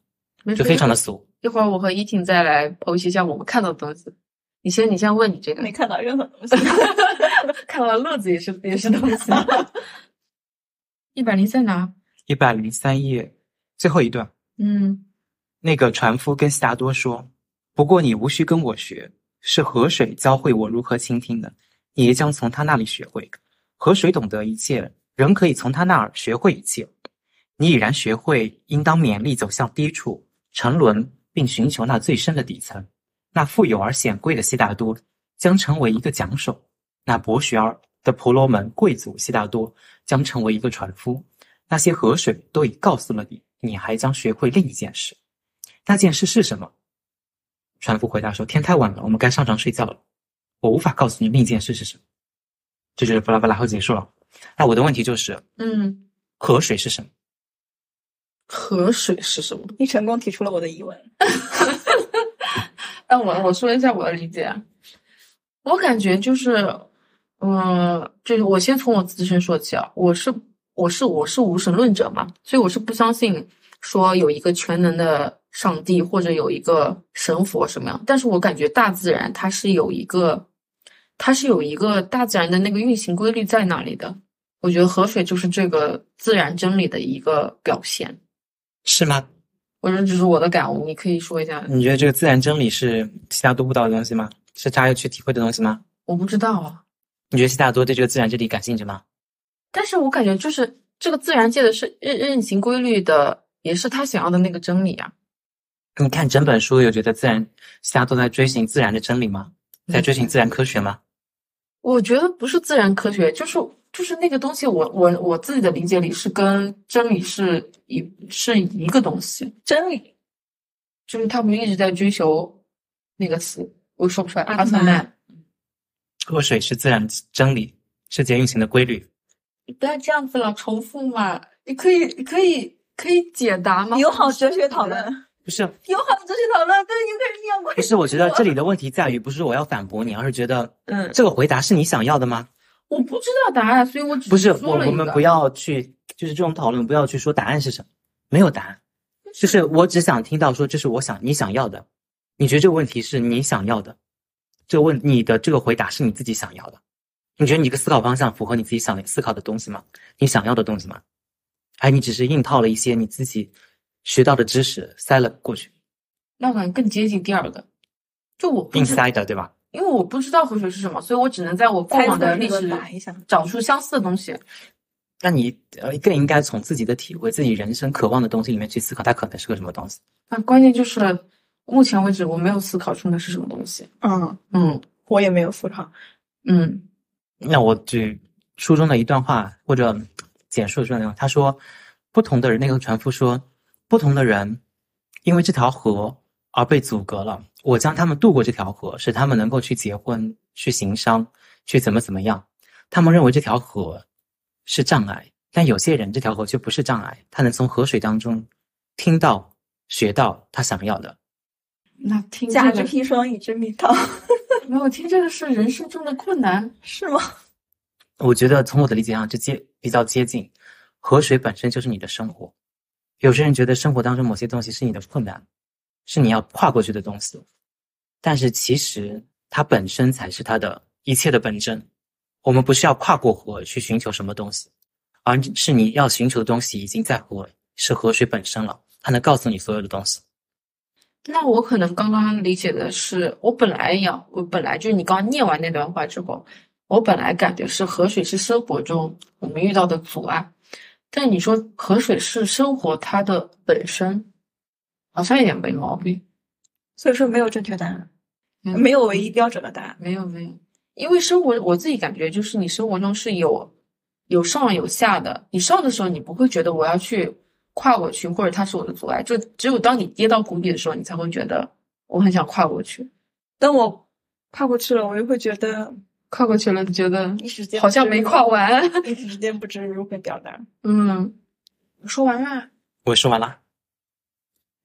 没
就
事
非常的俗。
一会儿我和依婷再来剖析一下我们看到的东西。你先，你先问你这个
没。看到任何东西。
看完路子也是也是东西。 一百零三哪？
一百零三页最后一段，
嗯，
那个船夫跟悉达多说：“不过你无需跟我学，是河水教会我如何倾听的，你也将从他那里学会。河水懂得一切，人可以从他那儿学会一切。你已然学会，应当勉力走向低处，沉沦，并寻求那最深的底层。那富有而显贵的悉达多将成为一个桨手，那博学而的婆罗门贵族悉达多将成为一个船夫。那些河水都已告诉了你，你还将学会另一件事。那件事是什么？船夫回答说：“天太晚了，我们该上床睡觉了。我无法告诉你另一件事是什么。”这就是巴拉巴拉后结束了。那我的问题就是：
嗯，
河水是什么？
河水是什么？
你成功提出了我的疑问。
那哎我我说一下我的理解，我感觉就是，嗯、就是我先从我自身说起啊，我是我是我是无神论者嘛，所以我是不相信说有一个全能的上帝或者有一个神佛什么样，但是我感觉大自然它是有一个，它是有一个大自然的那个运行规律在那里的，我觉得河水就是这个自然真理的一个表现，
是吗？
我这只是我的感悟，你可以说一下，
你觉得这个自然真理是悉达多悟到的东西吗？是大家要去体会的东西吗？
我不知道啊。
你觉得悉达多对这个自然真理感兴趣吗？
但是我感觉就是这个自然界的是运运行规律的，也是他想要的那个真理啊。
你看整本书有觉得自然悉达多在追寻自然的真理吗？在追寻自然科学吗？
我觉得不是自然科学，就是就是那个东西我，我我自己的理解里是跟真理是一是一个东西，
真理，
就是他们一直在追求那个词，我说不出来，
阿
阿
特
特
曼
曼。
河水是自然真理，世界运行的规律。
你不要这样子了，重复嘛，你可以可以可以解答吗？
友好哲学讨论，
不是
友好的哲学讨论跟一个人一样关
不是，我觉得这里的问题在于，不是我要反驳你，而是觉得
嗯
这个回答是你想要的吗？
我不知道答案，所以我只
不是，
说
我
了
我
一
们
个
不要去，就是这种讨论，不要去说答案是什么，没有答案，就是我只想听到说，这是我想你想要的，你觉得这个问题是你想要的，这个问你的这个回答是你自己想要的，你觉得你这个思考方向符合你自己想思考的东西吗？你想要的东西吗？哎，你只是硬套了一些你自己学到的知识塞了过去，
那我可能更接近第二个，就我不
硬
知道。
塞的，对吧？
因为我不知道河水是什么，所以我只能在我过往的历史
打一下。
找出相似的东西。
那你呃更应该从自己的体会、自己人生渴望的东西里面去思考，它可能是个什么东西。
那关键就是，目前为止我没有思考出那是什么东西。
嗯，
嗯
我也没有思考。
嗯
那我举书中的一段话，或者简述出来的，他说，不同的人，那个船夫说，不同的人因为这条河而被阻隔了，我将他们渡过这条河，使他们能够去结婚、去行商、去怎么怎么样。他们认为这条河是障碍，但有些人这条河却不是障碍，他能从河水当中听到、学到他想要的。
那听这
甲之
个
砒霜，乙之蜜糖，
没有听这个是人生中的困难。
是吗？
我觉得从我的理解啊上，这接比较接近。河水本身就是你的生活。有些人觉得生活当中某些东西是你的困难，是你要跨过去的东西，但是其实它本身才是它的一切的本真。我们不是要跨过河去寻求什么东西，而是你要寻求的东西已经在河，是河水本身了，它能告诉你所有的东西。
那我可能刚刚理解的是，我本来要，我本来就是你刚刚念完那段话之后，我本来感觉是河水是生活中我们遇到的阻碍，但你说河水是生活它的本身，好像也没毛病。
所以说没有正确答案，
嗯
没有唯一标准的答案。
没有没有，因为生活我自己感觉就是你生活中是有有上有下的，你上的时候你不会觉得我要去跨过去，或者它是我的阻碍，就只有当你跌到谷底的时候，你才会觉得我很想跨过去，
但我跨过去了，我又会觉得
跨过去了，你觉得
一时间
好像没跨完，
不知， 一时间不知如何表达。
嗯，我说完了，
我说完了。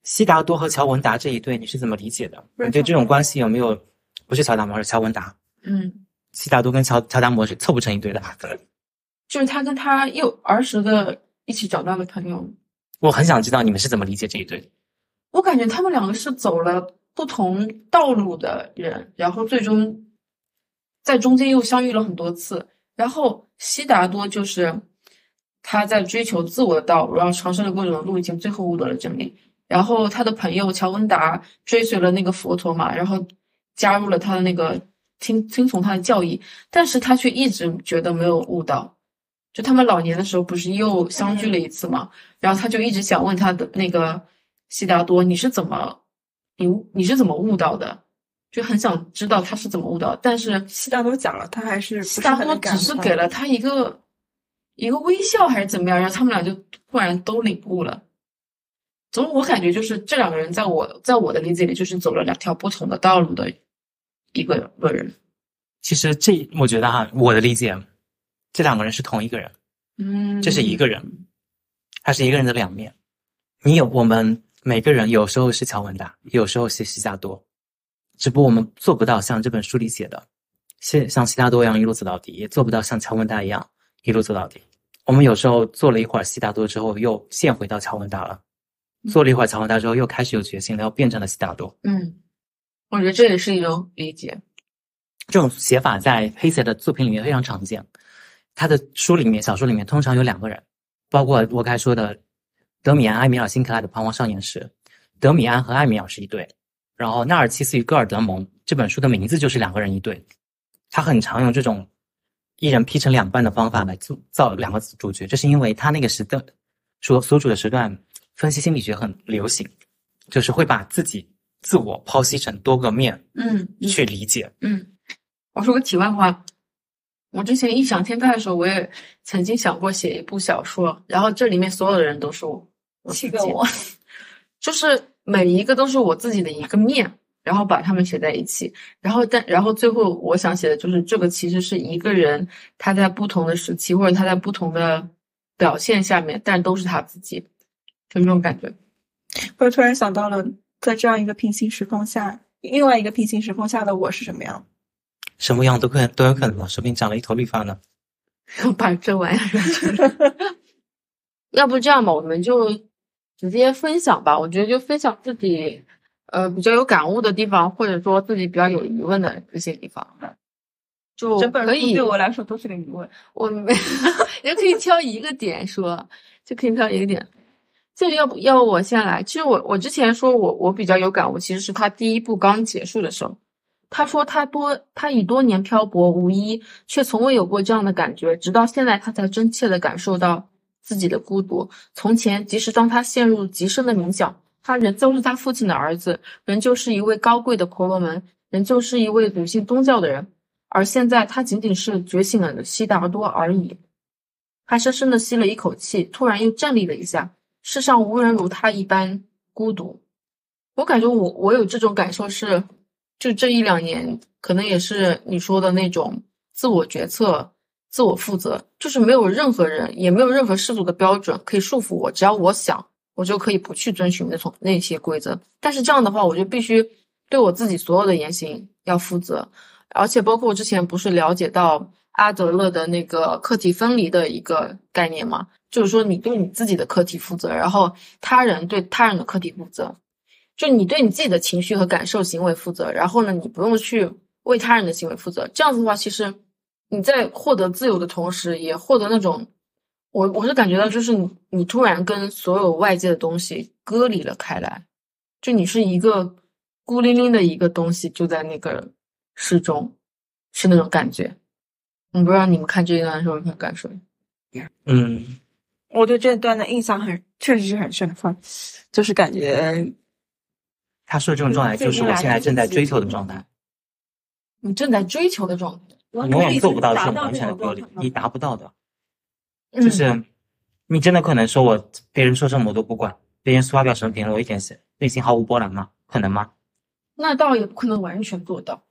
悉达多和乔文达这一对，你是怎么理解的？
不是
你对这
乔
种
文达
关系有没有？不是乔达摩，是乔文达。
嗯，
悉达多跟乔乔达摩是凑不成一对的。
就是他跟他幼儿时的一起长大的朋友，
我很想知道你们是怎么理解这一对的。
我感觉他们两个是走了不同道路的人，然后最终在中间又相遇了很多次。然后悉达多就是他在追求自我的道路，然后尝试了各种路径，最后悟得了真理。然后他的朋友乔文达追随了那个佛陀嘛，然后加入了他的那个听听从他的教义，但是他却一直觉得没有悟到。就他们老年的时候不是又相聚了一次嘛，然后他就一直想问他的那个悉达多，你是怎么你你是怎么悟到的？就很想知道他是怎么悟到的，但是
悉达多讲了，他还是不
悉
是
达
很
多
感
只是
化
给了他一个一个微笑还是怎么样，然后他们俩就突然都领悟了。总我感觉就是这两个人在我在我的理解里就是走了两条不同的道路的一个个人。
其实这我觉得哈、我的理解，这两个人是同一个人，
嗯
这是一个人，他是一个人的两面。你有我们每个人有时候是乔文达，有时候是悉达多，只不过我们做不到像这本书里写的，像像悉达多一样一路走到底，也做不到像乔文达一样一路走到底。我们有时候做了一会儿悉达多之后，又陷回到乔文达了。做了一会儿乔文达之后，又开始有决心了，要变成了悉达多。
嗯，我觉得这也是一种理解。
这种写法在黑塞的作品里面非常常见。他的书里面、小说里面通常有两个人，包括我刚才说的德米安·埃米尔辛克莱的《彷徨少年时》，德米安和埃米尔是一对，然后《纳尔奇斯与戈尔德蒙》这本书的名字就是两个人一对，他很常用这种一人劈成两半的方法来造造两个主角，这是因为他那个时段所所处的时段，分析心理学很流行，就是会把自己自我剖析成多个面
嗯
去理解。
嗯，我说个题外话，我之前异想天开的时候，我也曾经想过写一部小说，然后这里面所有的人都是我，我
七
自
个
己
我，
就是每一个都是我自己的一个面，然后把它们写在一起，然后但然后最后我想写的就是这个其实是一个人他在不同的时期或者他在不同的表现下面，但都是他自己，就这种感觉。
我突然想到了，在这样一个平行时空下，另外一个平行时空下的我是什么样？
什么样都可都有可能，说不定长了一头绿发呢。
把这玩意儿扔出去。 要不这样吧，我们就直接分享吧。我觉得就分享自己呃比较有感悟的地方，或者说自己比较有疑问的这些地方。就
整本
可
书
以
对，我来说都是个疑问。
我没， 也可以挑一个点说，就可以挑一个点。这要不要不我先来？其实我我之前说我我比较有感悟，其实是他第一部刚结束的时候，他说他多他以多年漂泊无依，却从未有过这样的感觉，直到现在他才真切的感受到自己的孤独。从前，即使当他陷入极深的冥想，他仍旧是他父亲的儿子，仍旧是一位高贵的婆罗门，仍旧是一位笃信宗教的人。而现在他仅仅是觉醒了的悉达多而已。他深深的吸了一口气，突然又站立了一下。世上无人如他一般孤独。我感觉我我有这种感受是，就这一两年，可能也是你说的那种自我决策、自我负责，就是没有任何人，也没有任何世俗的标准可以束缚我，只要我想，我就可以不去遵循那种那些规则。但是这样的话，我就必须对我自己所有的言行要负责。而且包括我之前不是了解到阿德勒的那个课题分离的一个概念嘛，就是说你对你自己的课题负责，然后他人对他人的课题负责，就你对你自己的情绪和感受、行为负责，然后呢，你不用去为他人的行为负责。这样子的话，其实你在获得自由的同时，也获得那种我我是感觉到，就是你你突然跟所有外界的东西割离了开来，就你是一个孤零零的一个东西，就在那个室中，是那种感觉。我不知道你们看这一段的时候有没有感受？
嗯，
我对这段的印象很，确实是很深刻，就是感觉
他说的这种状态就是我现在正在追求的状态，
你正在追求的状态，
你永远做不到这种嗯完全的隔离，你达不到的。
嗯
就是你真的可能说我别人说什么我都不管，别人发表什么评论我一点内心毫无波澜吗？可能吗？
那倒也不可能完全做到。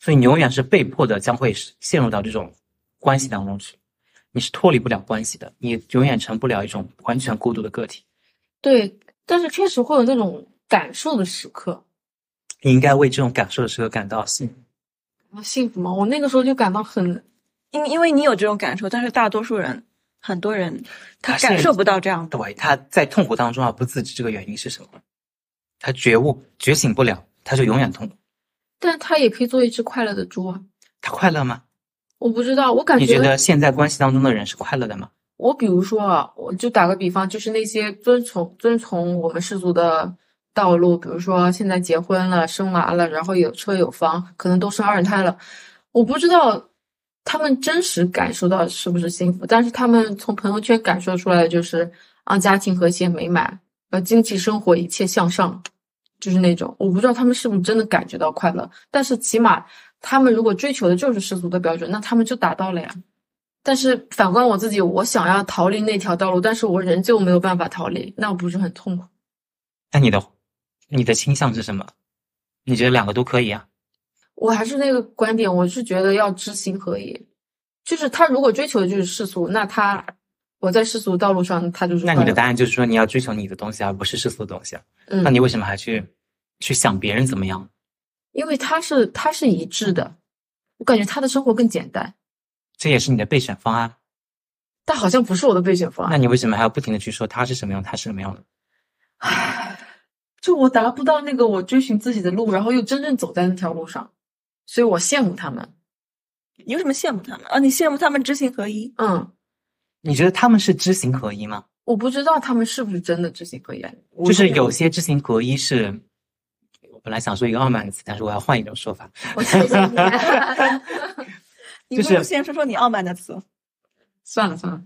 所以你永远是被迫的，将会是陷入到这种关系当中去，你是脱离不了关系的，你永远成不了一种完全孤独的个体。
对，但是确实会有那种感受的时刻。
你应该为这种感受的时候感到幸福。
啊幸福吗？我那个时候就感到很，
因因为你有这种感受，但是大多数人，很多人他
他是
感受不到这样的。
对，他在痛苦当中啊而不自知，这个原因是什么？他觉悟觉醒不了，他就永远痛苦。
但他也可以做一只快乐的猪啊！
他快乐吗？
我不知道，我
啊
感
你觉得现在关系当中的人是快乐的吗？
我比如说啊，我就打个比方，就是那些遵从遵从我们世俗的道路，比如说现在结婚了、生娃了，然后有车有房，可能都生二人胎了。我不知道他们真实感受到是不是幸福，但是他们从朋友圈感受出来的就是啊，家庭和谐美满，呃，经济生活一切向上，就是那种，我不知道他们是不是真的感觉到快乐，但是起码他们如果追求的就是世俗的标准，那他们就达到了呀。但是反观我自己，我想要逃离那条道路，但是我仍旧没有办法逃离，那我不是很痛苦？
那你的你的倾向是什么？你觉得两个都可以啊？
我还是那个观点，我是觉得要知行合一。就是他如果追求的就是世俗，那他我在世俗道路上，他就是
那你的答
案，
案就是说你要追求你的东西，而不是世俗的东西啊。
嗯
那，你为什么还去去想别人怎么样？
因为他是他是一致的，我感觉他的生活更简单，
这也是你的备选方案。啊
但好像不是我的备选方
那
案，
你为什么还要不停的去说他是什么样，他是什么样的？
就我达不到那个我追寻自己的路，然后又真正走在那条路上，所以我羡慕他们。
你为什么羡慕他们啊？你羡慕他们知行合一？
嗯，
你觉得他们是知行合一吗？
我不知道他们是不是真的知行合一，啊我
就是
觉得
有些知行合一是，我本来想说一个傲慢的词，但是我要换一种说法。
我谢谢你。
你
就
不
是
如先说说你傲慢的词。
算了算了，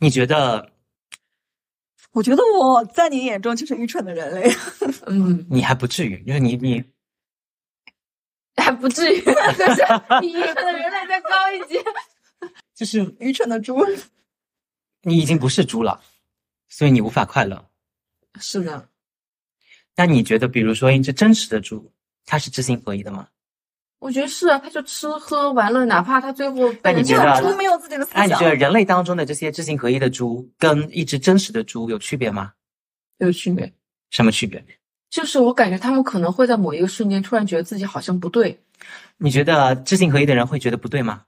你觉得
我觉得我在你眼中就是愚蠢的人类。
嗯，
你还不至于，就是你你
还不至于， 但是比愚蠢的人类再高一级。
就是
愚蠢的猪，
你已经不是猪了，所以你无法快乐。
是的，
那你觉得，比如说一只真实的猪，它是知行合一的吗？
我觉得是啊，他就吃喝玩乐，哪怕他最后
那你
被
觉
人
得
骂
猪没有自己的思
那你觉得
想，
人类当中的这些知行合一的猪，跟一只真实的猪有区别吗？
有区别？
什么区别？
就是我感觉他们可能会在某一个瞬间突然觉得自己好像不对，
你觉得知行合一的人会觉得不对吗？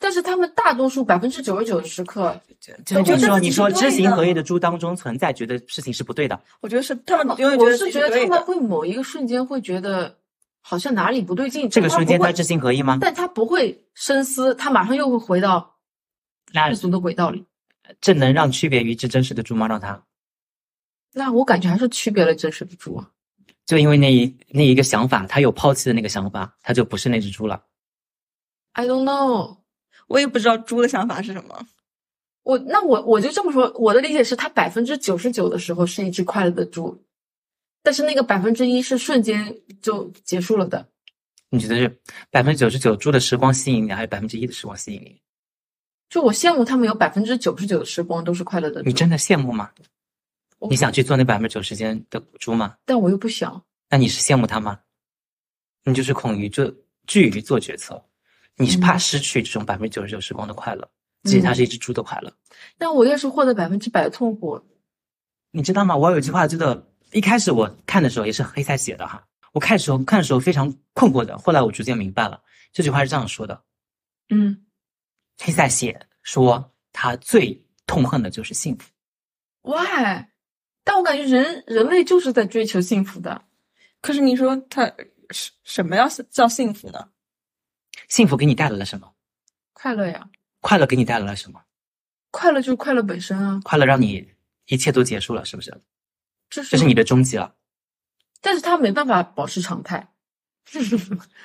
但是他们大多数百分之九十九的时刻，
就是
觉
你说，
得自己
你
是
说
对
知行
的
合一的猪当中存在，觉得事情是不对的。
我觉得是他们永远
我
得自
是
己
觉得
对
他们
的。
会某一个瞬间会觉得好像哪里不对劲，
这个
但他
瞬间，
不
它
会
知行合一吗？
但他不会深思，他马上又会回到
那
世俗的轨道里。
这能让区别于一只真实的猪吗？让它
那我感觉还是区别了真实的猪啊。
就因为那一那一个想法，它有抛弃的那个想法，它就不是那只猪了。
I don't know，
我也不知道猪的想法是什么。
我那我我就这么说，我的理解是，他百分之九十九的时候是一只快乐的猪，但是那个百分之一是瞬间就结束了的。
你觉得是百分之九十九猪的时光吸引你，还是百分之一的时光吸引你？
就我羡慕他们有百分之九十九的时光都是快乐的猪。
你真的羡慕吗？
我
你想去做那百分之九十间的猪吗？
但我又不想。
那你是羡慕他吗？你就是恐于做惧于做决策，你是怕
嗯
失去这种百分之九十九时光的快乐。其实它
嗯
是一只猪的快乐，
但我越是获得百分之百的痛苦，
你知道吗？我有一句话真的，一开始我看的时候也是黑塞写的哈，我看的时候看的时候非常困惑的，后来我逐渐明白了，这句话是这样说的：
嗯，
黑塞写说他最痛恨的就是幸福，
why？但我感觉人人类就是在追求幸福的，
可是你说他什什么样叫幸福呢？
幸福给你带来了什么？
快乐呀，
快乐给你带来了什么？
快乐就是快乐本身啊，
快乐让你一切都结束了，是不是？
这是
这是你的终极了。
但是他没办法保持常态，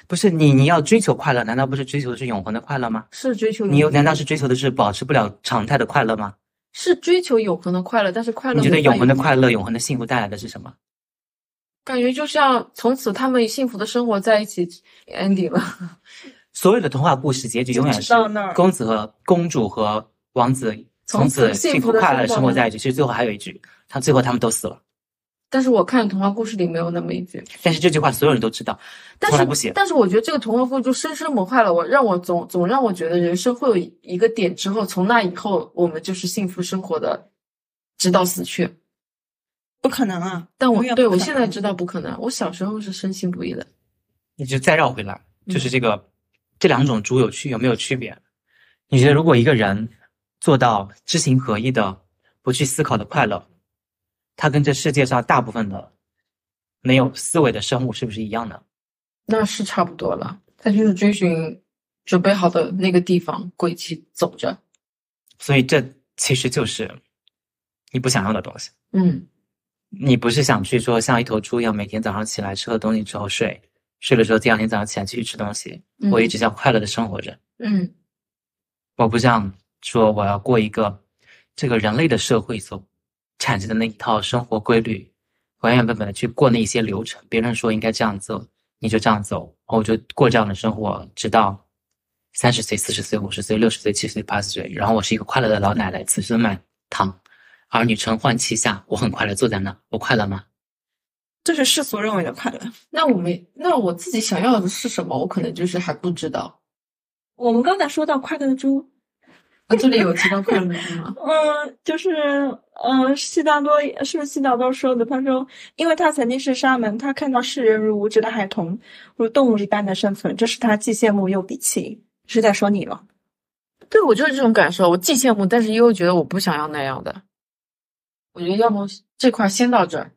不是你，你要追求快乐，难道不是追求的是永恒的快乐吗？
是追求
你又难道是追求的是保持不了常态的快乐吗？
是追求永恒的快乐，但是快乐
你觉得
没办
永
法
恒的快乐、永恒的幸福带来的是什么？
感觉就像从此他们幸福的生活在一起 ending 了，
所有的童话故事结局永远
就是直到那儿
公子和公主和王子从
从此
此幸
幸
福
福地
快乐地
生活
生活
呢
在一起。其实最后还有一句，他最后他们都死了。
但是我看童话故事里没有那么一句，
但是这句话所有人都知道，
但
从来
是
不写。
但是我觉得这个童话故事就深深谋害了我，让我总总让我觉得人生会有一个点之后，从那以后我们就是幸福生活的，直到死去。
不可能啊！
但我
永远
对
不
我
可
现
能
在知道不可能，我小时候是深信不疑的。
你就再绕回来，
嗯
就是这个、这两种猪有区有没有区别？你觉得如果一个人做到知行合一的，不去思考的快乐，他跟这世界上大部分的没有思维的生物是不是一样的？
那是差不多了，他就是追寻准备好的那个地方轨迹走着。
所以这其实就是你不想要的东西。
嗯，
你不是想去说像一头猪一样，每天早上起来吃了东西之后睡，睡了之后第二天早上起来继续吃东西，
嗯
我一直想快乐的生活着。
嗯
我不想说我要过一个这个人类的社会所产生的那一套生活规律，原原本本的去过那一些流程。别人说应该这样走，你就这样走，然后我就过这样的生活，直到三十岁、四十岁、五十岁、六十岁、七十岁、八十岁，然后我是一个快乐的老奶奶，子孙满堂，儿女承欢膝下，我很快乐，坐在那，我快乐吗？
这是世俗认为的快乐。
那我没，那我自己想要的是什么，我可能就是还不知道。
我们刚才说到快乐的猪，
啊，这里有提到快乐吗？
嗯，就是嗯，悉达多是不是悉达多说的？他说，因为他曾经是沙门，他看到世人如无知的孩童，如动物一般的身份，这是他既羡慕又鄙弃。是在说你吗？
对，我就是这种感受，我既羡慕，但是又觉得我不想要那样的。我觉得要么这块先到这儿。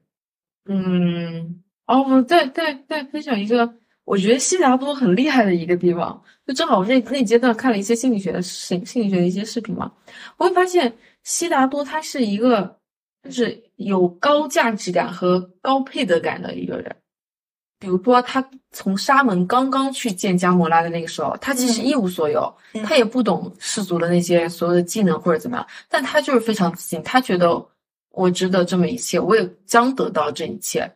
嗯，哦，我再再再分享一个，我觉得悉达多很厉害的一个地方，就正好我那那阶段看了一些心理学的心心理学的一些视频嘛，我会发现悉达多他是一个就是有高价值感和高配得感的一个人。比如说，他从沙门刚刚去见迦摩拉的那个时候，他其实一无所有，
嗯
他也不懂世俗的那些所有的技能或者怎么样，但他就是非常自信，他觉得我值得这么一切，我也将得到这一切。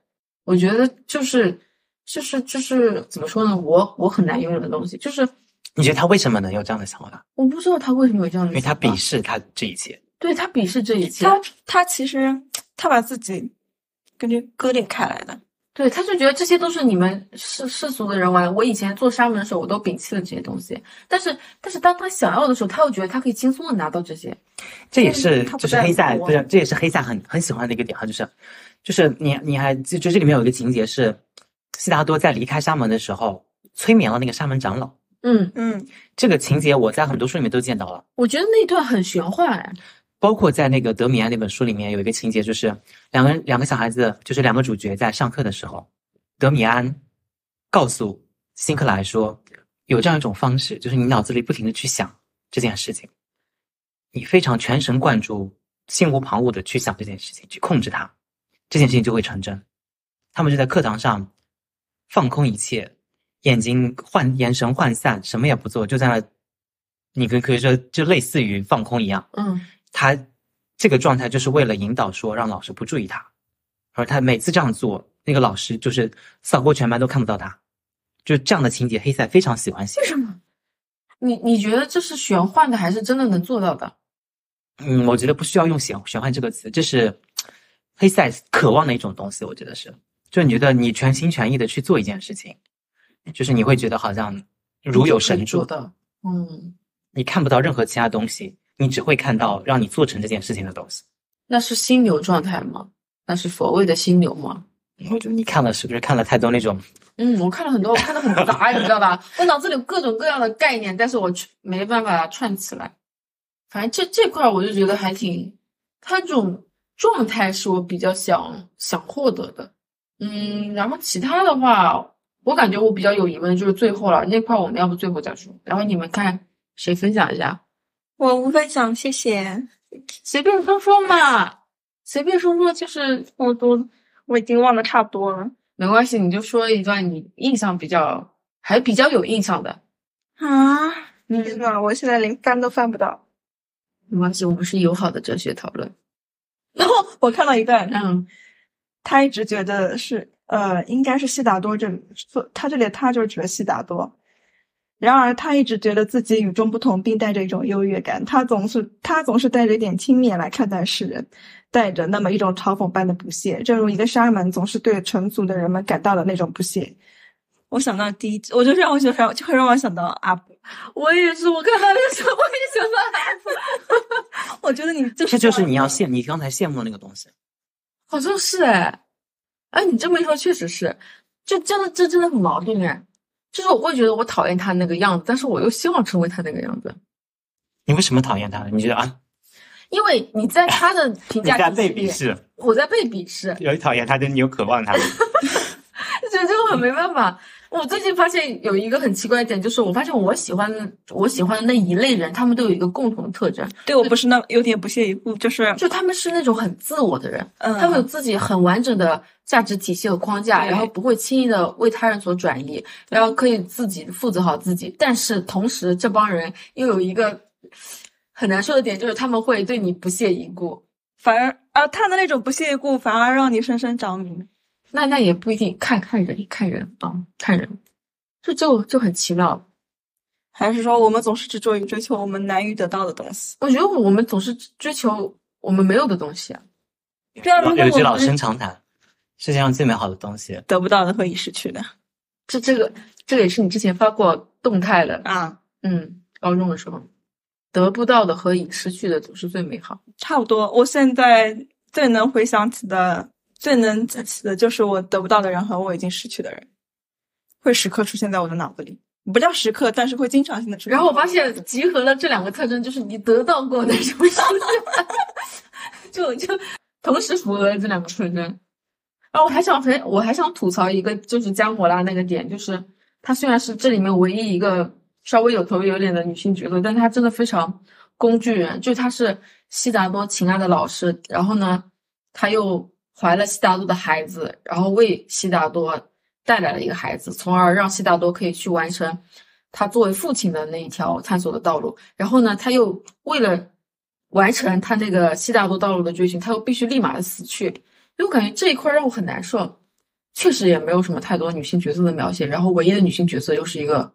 我觉得就是就是就是怎么说呢，我我很难拥有的东西，就是嗯
你觉得他为什么能有这样的想法？
我不知道他为什么有这样的
因
想
为
法，
他鄙视他这一切。
对他鄙视这一切，
他他其实他把自己跟这割裂开来的。
对，他就觉得这些都是你们世世俗的人玩。我以前做沙门的时候，我都摒弃了这些东西。但是，但是当他想要的时候，他又觉得他可以轻松的拿到这些。
这也是
他不
就是
在
黑塞，
乎
对啊，这也是黑塞很很喜欢的一个点哈，啊就是就是你你还就就这里面有一个情节是，悉达多在离开沙门的时候催眠了那个沙门长老，
嗯，
嗯，
这个情节我在很多书里面都见到了，
我觉得那段很玄幻哎。
包括在那个德米安那本书里面有一个情节，就是两个人两个小孩子，就是两个主角在上课的时候，德米安告诉辛克莱说，有这样一种方式，就是你脑子里不停的去想这件事情，你非常全神贯注、心无旁骛的去想这件事情，去控制它，这件事情就会成真。他们就在课堂上放空一切，眼睛涣眼神涣散，什么也不做，就在那，你可以可以说就类似于放空一样。
嗯，
他这个状态就是为了引导说让老师不注意他，而他每次这样做，那个老师就是扫过全班都看不到他，就这样的情节，黑塞非常喜欢写。
么？你你觉得这是玄幻的，还是真的能做到的？
嗯，我觉得不需要用玄玄幻这个词，这是黑塞渴望的一种东西。我觉得是，就你觉得你全心全意的去做一件事情，就是你会觉得好像如有神助
做，到。嗯，
你看不到任何其他东西，你只会看到让你做成这件事情的东西。
那是心流状态吗？那是所谓的心流吗？
我觉得你看了是不是看了太多那种
嗯，我看了很多，我看的很杂，你知道吧？我脑子里有各种各样的概念，但是我串没办法串起来。反正这这块儿我就觉得还挺，他这种状态是我比较想想获得的。嗯，然后其他的话，我感觉我比较有疑问就是最后了那块，我们要不最后再说，然后你们看谁分享一下，
我无分享，谢谢。
随便说说嘛，随便说说就是
我都我已经忘得差不多了。
没关系，你就说一段你印象比较还比较有印象的。
啊，
嗯
天呐，我现在连翻都翻不到。
没关系，我们是友好的哲学讨论。
然后 我看到一段，
嗯，
他一直觉得是呃，应该是悉达多这里，所他这里的他就是指的悉达多。然而，他一直觉得自己与众不同，并带着一种优越感。他总是他总是带着一点轻蔑来看待世人，带着那么一种嘲讽般的不屑，正如一个沙门总是对尘俗的人们感到的那种不屑。我想到第一，我就让我就让就会让我想到阿布。
我也是，我看到那时候我也想到孩子，
我觉得你
这
就是
就是你要羡，你刚才羡慕那个东西。
好像是哎，哎，你这么一说确实是，就真的这真的很矛盾哎，就是我会觉得我讨厌他那个样子，但是我又希望成为他那个样子，
你为什么讨厌他？你觉得啊，
因为你在他的评
你
价
在
体系
被鄙
里，
视，
我在被鄙视，
有讨厌他，但你有渴望他。
这这个我没办法。我最近发现有一个很奇怪的点，就是我发现我喜欢我喜欢的那一类人，他们都有一个共同的特征，
对我不是那有点不屑一顾，就是
就他们是那种很自我的人。
嗯，
他会有自己很完整的价值体系和框架，
对
然后不会轻易的为他人所转移，然后可以自己负责好自己。但是同时，这帮人又有一个很难受的点，就是他们会对你不屑一顾。
反而啊，他的那种不屑一顾反而让你深深着迷。
那那也不一定，看看人，看人啊，看人，这就就很奇妙。
还是说我们总是执着于追求我们难于得到的东西？
我觉得我们总是追求我们没有的东西啊。
对啊，如果
有一句
我
老生
们
常谈，世界上最美好的东西，
得不到的会已失去的
这这个这个也是你之前发过动态的，
啊，
嗯，高中的时候，得不到的和已失去的总是最美好。
差不多。我现在最能回想起的、最能记起的就是我得不到的人和我已经失去的人，会时刻出现在我的脑子里。不叫时刻，但是会经常性的出现。
然后我发现集合了这两个特征，就是你得到过的什么事情， 就就同时符合了这两个特征。然后我还想很，我还想吐槽一个，就是加莫拉那个点，就是她虽然是这里面唯一一个稍微有头有脸的女性角色，但她真的非常工具人。就她是悉达多情爱的老师，然后呢，她又怀了悉达多的孩子，然后为悉达多带来了一个孩子，从而让悉达多可以去完成他作为父亲的那一条探索的道路。然后呢，他又为了完成他那个悉达多道路的追寻，他又必须立马的死去。因为我感觉这一块让我很难受，确实也没有什么太多女性角色的描写，然后唯一的女性角色又是一个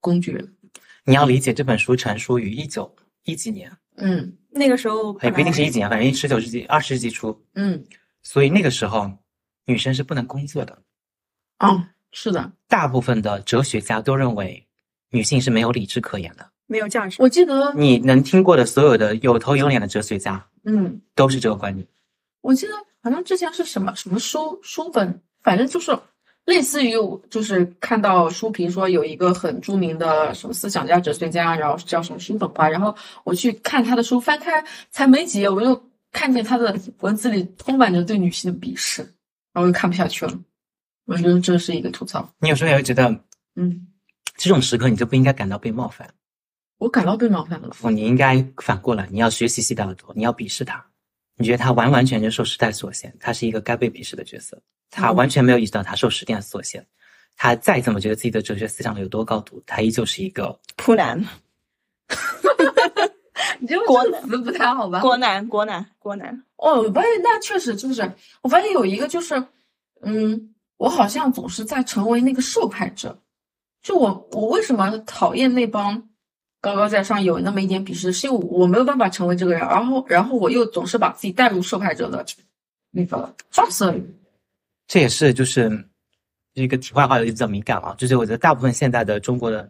工具人。
你要理解这本书成书于一九一几年，
嗯
那个时候
也哎
本来，
不一定是一几年，反正十九世纪、二十世纪初，
嗯
所以那个时候女生是不能工作的。
啊，是的，
大部分的哲学家都认为女性是没有理智可言的。
没有价值。
我记得，
你能听过的所有的有头有脸的哲学家
嗯，
都是这个观点。
我记得好像之前是什么什么书书本，反正就是类似于我就是看到书评说有一个很著名的什么思想家、哲学家，然后叫什么叔本华，然后我去看他的书，翻开才没几页，我就看见他的文字里充满着对女性的鄙视，然后就看不下去了。我觉得这是一个吐槽。
你有时候也会觉得，
嗯，
这种时刻你就不应该感到被冒犯，
我感到被冒犯了。
不，你应该反过来，你要学习悉达多，你要鄙视他，你觉得他完完全全受时代所限，他是一个该被鄙视的角色，他
嗯
完全没有意识到他受时代所限，他再怎么觉得自己的哲学思想有多高度，他依旧是一个
扑南，
你这
国
个词不太好吧？
国南，国南，国南。
哦，我发现那确实就是，我发现有一个就是，嗯，我好像总是在成为那个受害者。就我，我为什么讨厌那帮高高在上有那么一点鄙视，是因为我没有办法成为这个人，然后，然后我又总是把自己带入受害者的那个角色里。
这也是就是一个题外话，有点比较敏感啊。就是我觉得大部分现在的中国的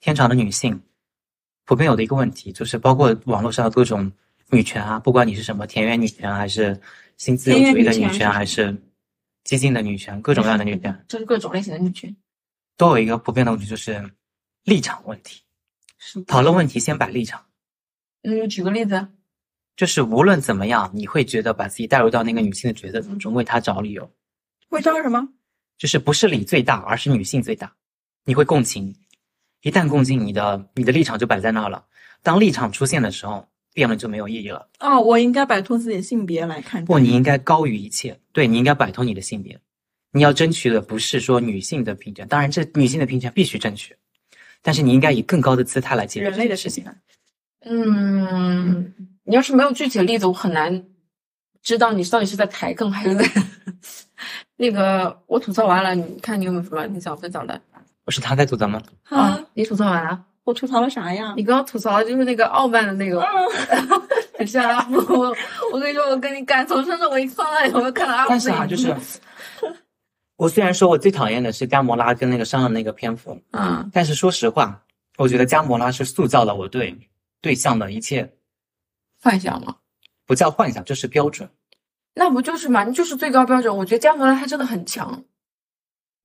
天朝的女性，普遍有的一个问题，就是包括网络上的各种女权啊，不管你是什么田园女权，还是新自由主义的
田园女
女
权是什
权，
么
还是激进的女权，各种各样的女权，
就是各种类型的女权。
都有一个普遍的问题，就是立场问题。
是
讨论问题先摆立场，
嗯，举个例子，
就是无论怎么样，你会觉得把自己带入到那个女性的角色当中，为她找理由。
会招什么？
就是不是理最大，而是女性最大。你会共情，一旦共情，你的你的立场就摆在那儿了。当立场出现的时候，辩论就没有意义了。
哦，我应该摆脱自己的性别来看待。
不，你应该高于一切，对你应该摆脱你的性别。你要争取的不是说女性的平权，当然这女性的平权必须争取，但是你应该以更高的姿态来解决
人类的
这个
事情。啊
嗯，你要是没有具体的例子，我很难知道你到底是在抬杠还是在那个。我吐槽完了，你看你有没有什么你想分享的？
不是他在做咱们，
啊，，你吐槽完了？
我吐槽了啥呀？
你刚刚吐槽的就是那个傲慢的那
啊
个，很像阿布。我跟你说，我跟你感同身受，我一看到你，我就看到阿布
但
的
是啊，
影
就
子
是我虽然说我最讨厌的是伽摩拉跟那个商人那个篇幅，
嗯
但是说实话，我觉得伽摩拉是塑造了我对对象的一切，
幻想嘛，
不叫幻想，就是标准。
那不就是嘛？就是最高标准。我觉得加摩拉他真的很强。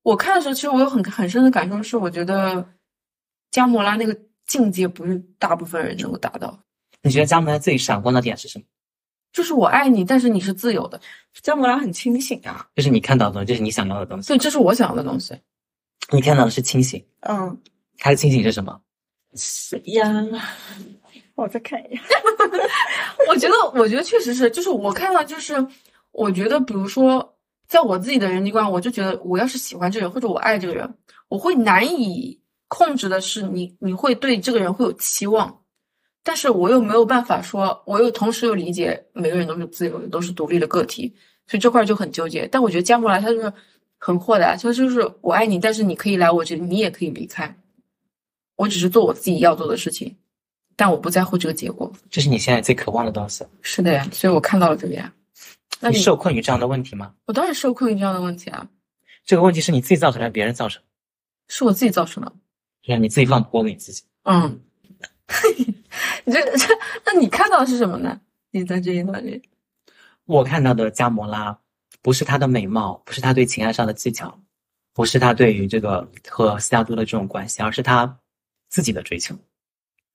我看的时候，其实我有很很深的感受是，我觉得加摩拉那个境界不是大部分人能够达到。
你觉得伽摩拉最闪光的点是什么？
就是我爱你，但是你是自由的，
姜母拉很清醒啊。
就是你看到的东西，就是你想要的东西。
所以这是我想要的东西。
你看到的是清醒，
嗯，
他的清醒是什么？
是呀。 我再看一下。
我觉得，我觉得确实是，就是我看到，就是我觉得，比如说，在我自己的人际观，我就觉得，我要是喜欢这个人，或者我爱这个人，我会难以控制的是你，你会对这个人会有期望，但是我又没有办法说，我又同时又理解每个人都是自由的，都是独立的个体，所以这块儿就很纠结。但我觉得加莫拉他就是很豁达，他就是我爱你，但是你可以来我这里，你也可以离开，我只是做我自己要做的事情，但我不在乎这个结果。
这是你现在最渴望的东西。
是的呀，所以我看到了这个呀。那
你
你
受困于这样的问题吗？
我当然受困于这样的问题啊，
这个问题是你自己造成的，还是别人造成的？
是我自己造成的。
就是你自己放不过你自己。
嗯， 你这这，那你看到的是什么呢？你在这一段里，
我看到的加摩拉，不是她的美貌，不是她对情爱上的技巧，不是她对于这个和悉达多的这种关系，而是她自己的追求。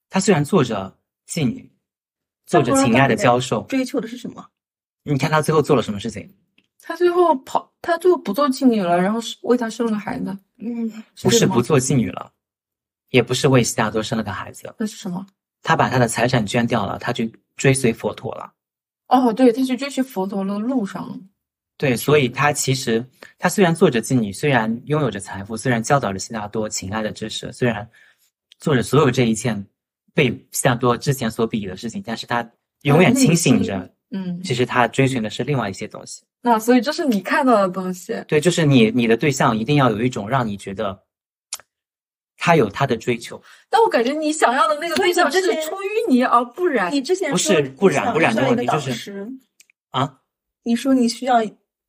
她虽然做着妓女，做着情爱的教授，
追求的是什么？
你看她最后做了什么事情？
他最后跑，他最后不做妓女了，然后是为他生了个孩子，
嗯，
这
不是
个吗
不做妓女了，也不是为悉达多生了个孩子，
那是什么？
她把她的财产捐掉了，她去追随佛陀了。
哦，对，他去追寻佛陀的路上了，
对，所以她其实，她虽然做着妓女，虽然拥有着财富，虽然教导着悉达多情爱的知识，虽然做着所有这一切被悉达多之前所鄙夷的事情，但是
呃
她永远清醒着，
嗯，
其实她追寻的是另外一些东西。
那所以这是你看到的东西，
对，就是你你的对象一定要有一种让你觉得他有他的追求，
但我感觉你想要的那个对象
所以
是
你之前
出于你而不然，
你之前
不
说
是
你
不染
想
不染的
上
问
一个
题，
导
就是
师
啊，
你说你需要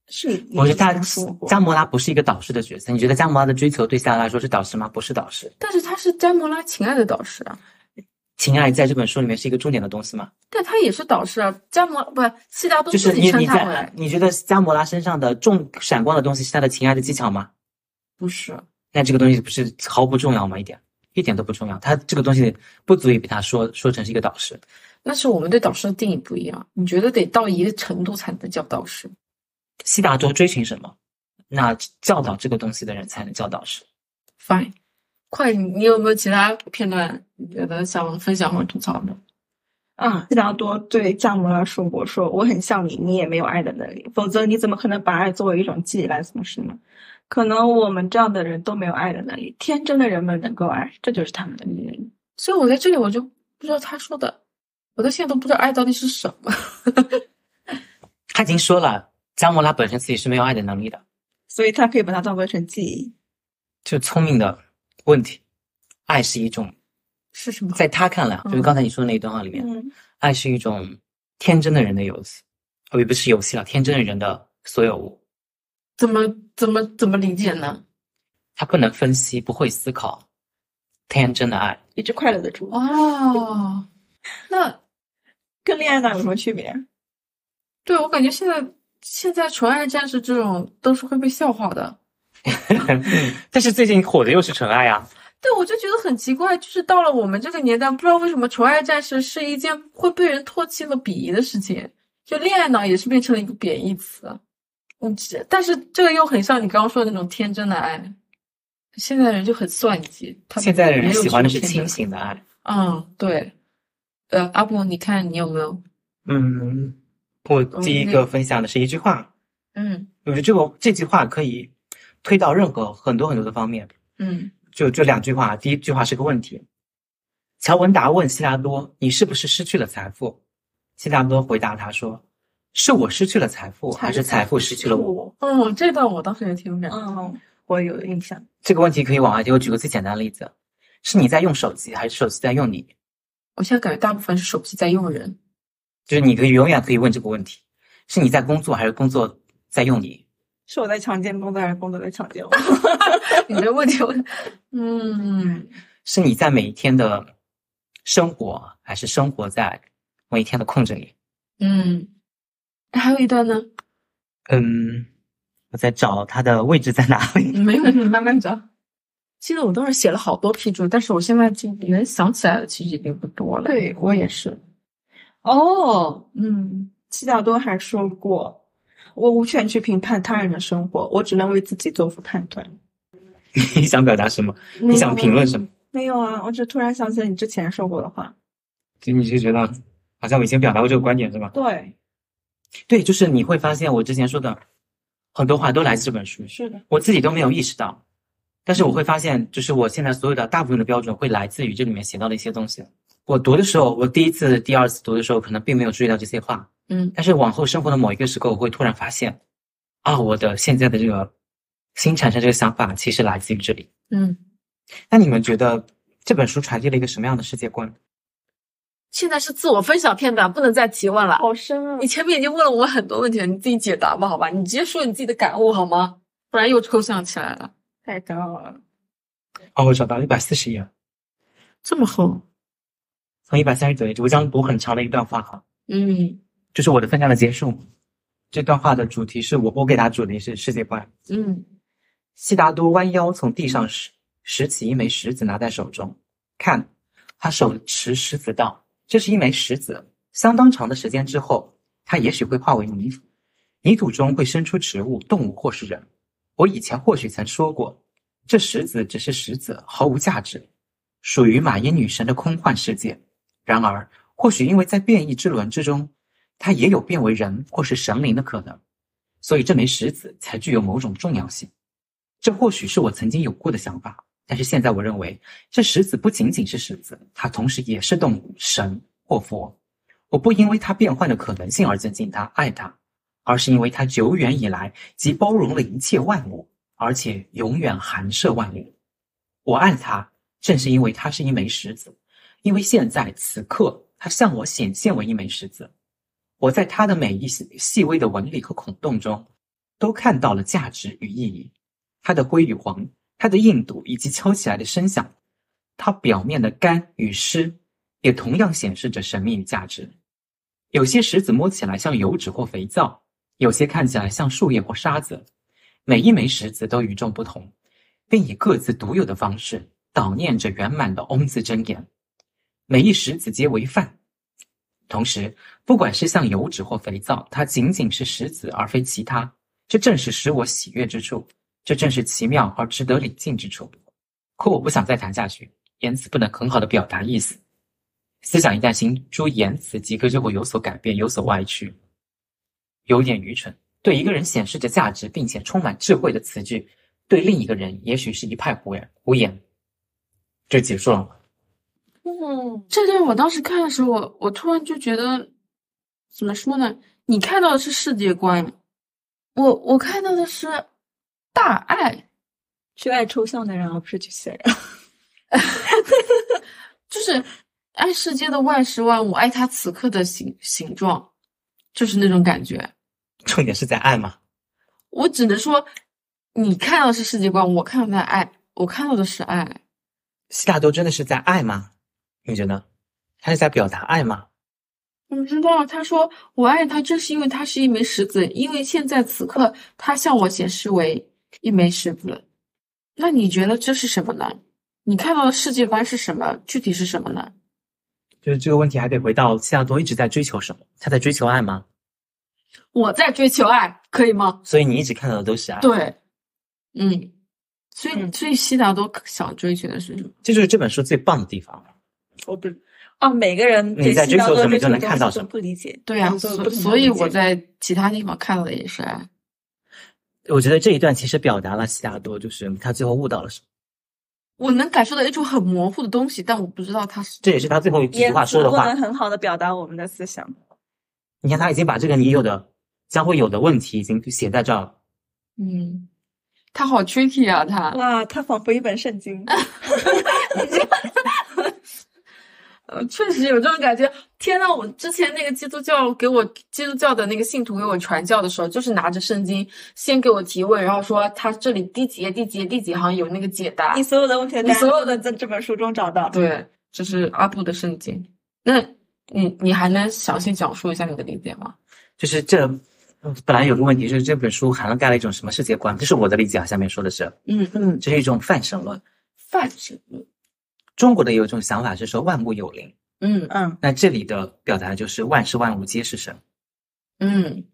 是你，
我觉得
大
他
家说过，
加摩拉不是一个导师的角色。你觉得加摩拉的追求对悉达多来说是导师吗？不是导师。
但是他是詹姆拉情爱的导师啊，
情爱在这本书里面是一个重点的东西吗？
但他也是导师啊，詹姆不悉达多
就是
自
你
己称
你
他回
在啊
来，
你觉得加摩拉身上的重闪光的东西是他的情爱的技巧吗？
不是，
那这个东西不是毫不重要吗？一点一点都不重要，他这个东西不足以被他说说成是一个导师。
那是我们对导师的定义不一样，你觉得得到一个程度才能叫导师，
悉达多追寻什么？那教导这个东西的人才能叫导师。
fine。快，你你有没有其他片段你觉得想分享或者吐槽的？
啊，悉达多对加摩拉说过：“说我很像你，你也没有爱的能力，否则你怎么可能把爱作为一种技来从事呢？可能我们这样的人都没有爱的能力，天真的人们能够爱，这就是他们的女人。
所以我在这里我就不知道他说的，我到现在都不知道爱到底是什么。
他已经说了，加摩拉本身自己是没有爱的能力的，
所以他可以把它当做成记忆。
就聪明的问题。爱是一种，
是什么？
在他看来啊，就是刚才你说的那一段话里面，
嗯，
爱是一种天真的人的游戏，哦，也不是游戏了，天真的人的所有物。
怎么怎么怎么理解呢？
他不能分析，不会思考，天真的爱。
一只快乐的猪，
哦，那
跟恋爱脑有什么区别？
对我感觉现在现在纯爱战士这种都是会被笑话的。
但是最近火的又是纯爱啊，
对，我就觉得很奇怪，就是到了我们这个年代，不知道为什么纯爱战士是一件会被人唾弃和鄙夷的事情，就恋爱脑也是变成了一个贬义词。嗯，这但是这个又很像你刚刚说的那种天真的爱，现在人就很算计，他们
现在的人
没有
喜欢的是
这种天
清
真。
醒的爱。
嗯，对。呃，阿布，你看你有没有？
嗯，我第一个分享的是一句话，
嗯
我觉得这个这句话可以推到任何很多很多的方面。
嗯
就就两句话，第一句话是个问题。乔文达问悉达多：“你是不是失去了财富？”悉达多回答他说：“是我失去了财富，还是财富失去了我？”
嗯，这段我当时也挺有感。
嗯，我有印象。
这个问题可以往外丢。我举个最简单的例子，是你在用手机，还是手机在用你？
我现在感觉大部分是手机在用人。
就是你可以永远可以问这个问题：是你在工作，还是工作在用你？
是我在强奸工作，还是工作在强奸我？
你这问题我， 嗯。
是你在每一天的生活，还是生活在每一天的控制里？
嗯，还有一段呢，
嗯，我在找它的位置在哪里。
没有，你慢慢找。记得我当时写了好多批注，但是我现在就能想起来的其实已经不多了。
对
我也是。
哦，
嗯，
悉达多还说过：“我无权去评判他人的生活，我只能为自己做出判断。”
你想表达什么？
没
你想
有
评论什么？
没有啊，我只突然想起来你之前说过的话。
就你就觉得好像我以前表达过这个观点是吧？
对，
对，就是你会发现我之前说的很多话都来自这本书。
是的，
我自己都没有意识到，但是我会发现，就是我现在所有的大部分的标准会来自于这里面写到的一些东西。我读的时候，我第一次、第二次读的时候，可能并没有注意到这些话，
嗯
但是往后生活的某一个时刻，我会突然发现，啊，我的现在的这个新产生这个想法，其实来自于这里。
嗯。
那你们觉得这本书传递了一个什么样的世界观？
现在是自我分享片段，不能再提问了。
好深啊
你！前面已经问了我们很多问题了，你自己解答吧，好吧？你直接说你自己的感悟好吗？不然又抽象起来了。
太高了，
哦，我找到一百四十页，
这么厚？
从一百三十九页，我将读很长的一段话哈，
嗯
就是我的分享的结束。这段话的主题是我我给它主题是世界观。
嗯
悉达多弯腰从地上拾拾起一枚石子，拿在手中。看，他手持石子道：“这是一枚石子，相当长的时间之后，它也许会化为泥土，泥土中会生出植物、动物或是人。我以前或许曾说过，这石子只是石子，毫无价值，属于马耶女神的空幻世界。然而，或许因为在变异之轮之中，它也有变为人或是神灵的可能，所以这枚石子才具有某种重要性。”这或许是我曾经有过的想法，但是现在我认为，这石子不仅仅是石子，它同时也是动物、神或佛。我不因为它变换的可能性而尊敬它、爱它，而是因为它久远以来即包容了一切万物，而且永远含摄万物。我爱它，正是因为它是一枚石子，因为现在此刻它向我显现为一枚石子。我在它的每一细细微的纹理和孔洞中，都看到了价值与意义。它的灰与黄，它的硬度以及敲起来的声响，它表面的干与湿，也同样显示着神秘与价值。有些石子摸起来像油脂或肥皂，有些看起来像树叶或沙子。每一枚石子都与众不同，并以各自独有的方式悼念着圆满的翁字真言。每一石子皆为饭。同时，不管是像油脂或肥皂，它仅仅是石子而非其他，这正是使我喜悦之处。这正是奇妙而值得礼敬之处。可我不想再谈下去，言辞不能很好的表达意思。思想一旦行诸言辞，即刻就会有所改变，有所歪曲，有点愚蠢。对一个人显示着价值并且充满智慧的词句，对另一个人也许是一派胡言胡言。就结束了。
嗯，这段我当时看的时候，我我突然就觉得，怎么说呢？你看到的是世界观，我我看到的是大爱，
去爱抽象的人，而不是去写人。
就是爱世界的万事万物，爱它此刻的形形状，就是那种感觉。
重点是在爱嘛？
我只能说，你看到的是世界观，我看到的爱，我看到的是爱。
悉达多真的是在爱吗？你觉得？他是在表达爱吗？
我不知道，他说我爱他，正是因为他是一枚石子，因为现在此刻他向我显示为一枚石子。那你觉得这是什么呢？你看到的世界观是什么？具体是什么呢？
就是这个问题还得回到悉达多一直在追求什么？他在追求爱吗？
我在追求爱，可以吗？
所以你一直看到的都是爱。
对，嗯，所以
嗯
所以悉达多想追求的是什么？
这就是这本书最棒的地方。
我不啊，每个人
你在
对西
追求
方
什么
的
就能
这种
看到
东西
什
都
么
不理解，
对呀、
嗯都
所
不怎么
所以
理解
我在其他地方看到的也是啊爱。
我觉得这一段其实表达了悉达多，就是他最后悟到了什么，
我能感受到一种很模糊的东西，但我不知道它是
这也是他最后几句
也
话说的
不
话
能。很好的表达我们的思想。
你看，他已经把这个你有的将会有的问题已经写在这儿了。
嗯，它好 tricky 啊，它
哇，它仿佛一本圣 经。
呃确实有这种感觉。天呐，我之前那个基督教给我基督教的那个信徒给我传教的时候，就是拿着圣经先给我提问，然后说他这里第几页、第几页、第几行有那个解答
你。所有的问题，
你所有的
的在这本书中找到。
对，这是阿布的圣经。那你你还能详细讲述一下你的理解吗？
就是这嗯本来有个问题，就是这本书涵盖了一种什么世界观？这是我的理解啊。下面说的是，
嗯，
嗯，
这是一种泛神论。
泛神论。
中国的有一种想法是说万物有灵，
嗯
嗯，
那这里的表达就是万事万物皆是神。
嗯，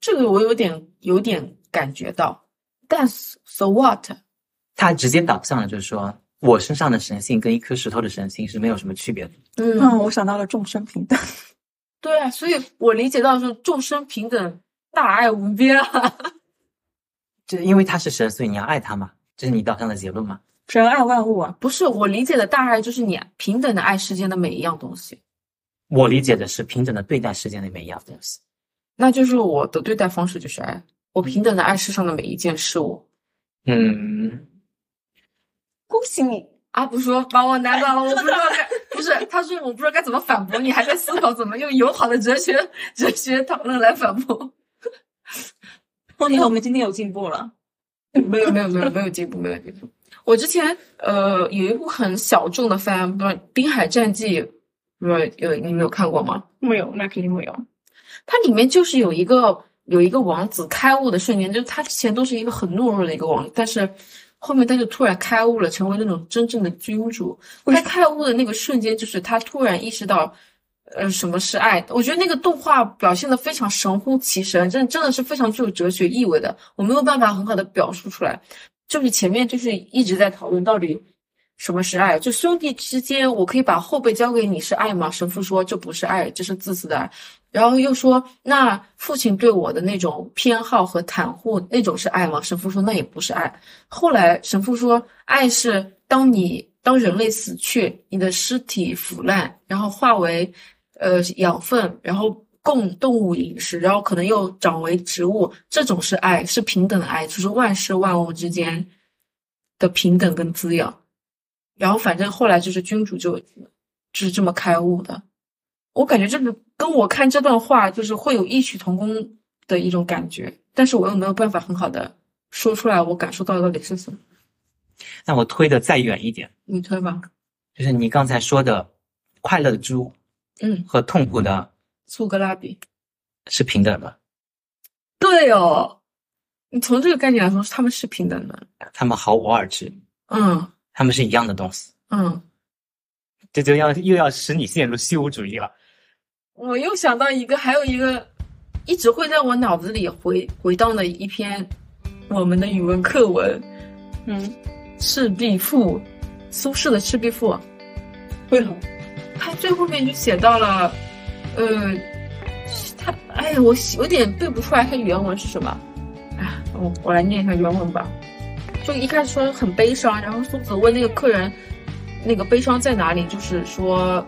这个我有点有点感觉到，但 so what？
他直接导向了，就是说我身上的神性跟一颗石头的神性是没有什么区别的。
嗯
嗯，我想到了众生平等。
对啊，所以我理解到是众生平等，大爱无边啊。
就是因为他是神，所以你要爱他嘛，这是你导向的结论嘛？
神爱万物啊，
不是我理解的大爱，就是你平等的爱世间的每一样东西，
我理解的是平等的对待世间的每一样东西。
那就是我的对待方式就是爱，我平等的爱世上的每一件事物，
嗯，
恭喜 你，
啊，不说把我难倒了，我不知道该不是，他说我不知道该怎么反驳你，还在思考怎么用友好的哲学哲学讨论来反驳。
梦哦妮，我们今天有进步了。
没有没有没有没有进步，没有进步。我之前呃有一部很小众的番，不是《滨海战记》，不知道有你们有看过吗？
没有，那肯定没有。
它里面就是有一个有一个王子开悟的瞬间，就是他之前都是一个很懦弱的一个王，但是后面他就突然开悟了，成为那种真正的君主。他开悟的那个瞬间，就是他突然意识到，呃，什么是爱。我觉得那个动画表现的非常神乎其神，真的真的是非常具有哲学意味的，我没有办法很好的表述出来。就是前面就是一直在讨论到底什么是爱，就兄弟之间，我可以把后背交给你是爱吗？神父说这不是爱，这是自私的爱。然后又说，那父亲对我的那种偏好和袒护，那种是爱吗？神父说那也不是爱。后来神父说，爱是当你当人类死去，你的尸体腐烂，然后化为呃养分，然后供动物饮食，然后可能又长为植物，这种是爱，是平等的爱，就是万事万物之间的平等跟滋养。然后反正后来就是君主就就是这么开悟的。我感觉这个跟我看这段话就是会有异曲同工的一种感觉，但是我又没有办法很好的说出来我感受到到底是什么。
那我推的再远一点，
你推吧，
就是你刚才说的快乐的猪
嗯，
和痛苦的
苏格拉底。
是平等的，
对哦，你从这个概念来说，他们是平等的。
他们毫无二致，
嗯
他们是一样的东西。
嗯，
这就要又要使你陷入虚无主义了。
我又想到一个，还有一个一直会在我脑子里回回荡的一篇我们的语文课文
嗯，
《赤壁赋》，苏轼的《赤壁赋》。啊
为什么？
他最后面就写到了，呃，他哎呀，我有点背不出来他原文是什么，啊，我我来念一下原文吧。就一开始说很悲伤，然后苏子问那个客人，那个悲伤在哪里？就是说，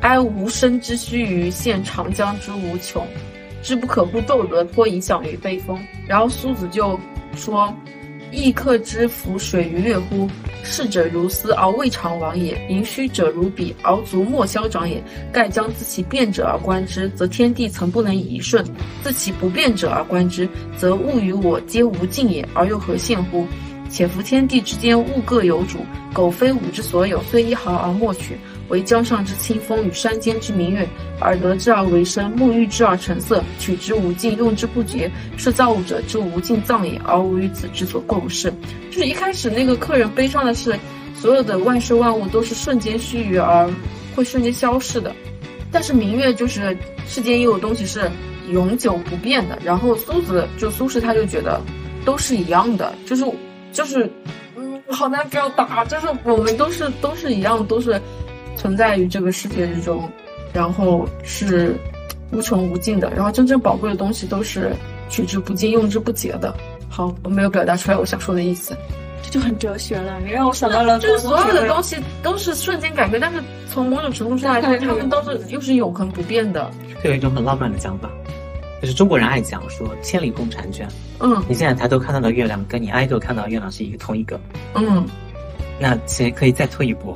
哀吾生之须臾，羡长江之无穷，知不可乎窦娥，托影响于悲风。然后苏子就说，亦客之浮水于略乎？逝者如斯而未尝往也，盈虚者如彼而足莫消长也。盖将自其变者而观之，则天地曾不能以一瞬；自其不变者而观之，则物与我皆无尽也，而又何羡乎？且夫天地之间，物各有主，苟非吾之所有，虽一毫而莫取。为江上之清风与山间之明月，而得之而为声，沐浴之而成色，取之无尽，用之不竭，是造物者之无尽藏也，而无与子之所共是。就是一开始那个客人悲伤的是，所有的万事万物都是瞬间须臾而会瞬间消逝的，但是明月就是世间也有东西是永久不变的。然后苏子就苏轼他就觉得都是一样的，就是就是嗯，好难表达，就是我们都是都是一样，都是存在于这个世界之中，然后是无穷无尽的，然后真正宝贵的东西都是取之不尽、用之不竭的。好，我没有表达出来我想说的意思。
这就很哲学了，你让我想到了
就是所有的
都
东西都是瞬间改变，但是从某种程度上来说，他们都是又是永恒不变的。
这有一种很浪漫的讲法，就是中国人爱讲说“千里共婵娟”。
嗯
你现在抬头看到的月亮，跟你爱豆看到的月亮是一个同一个。
嗯
那其实可以再退一步，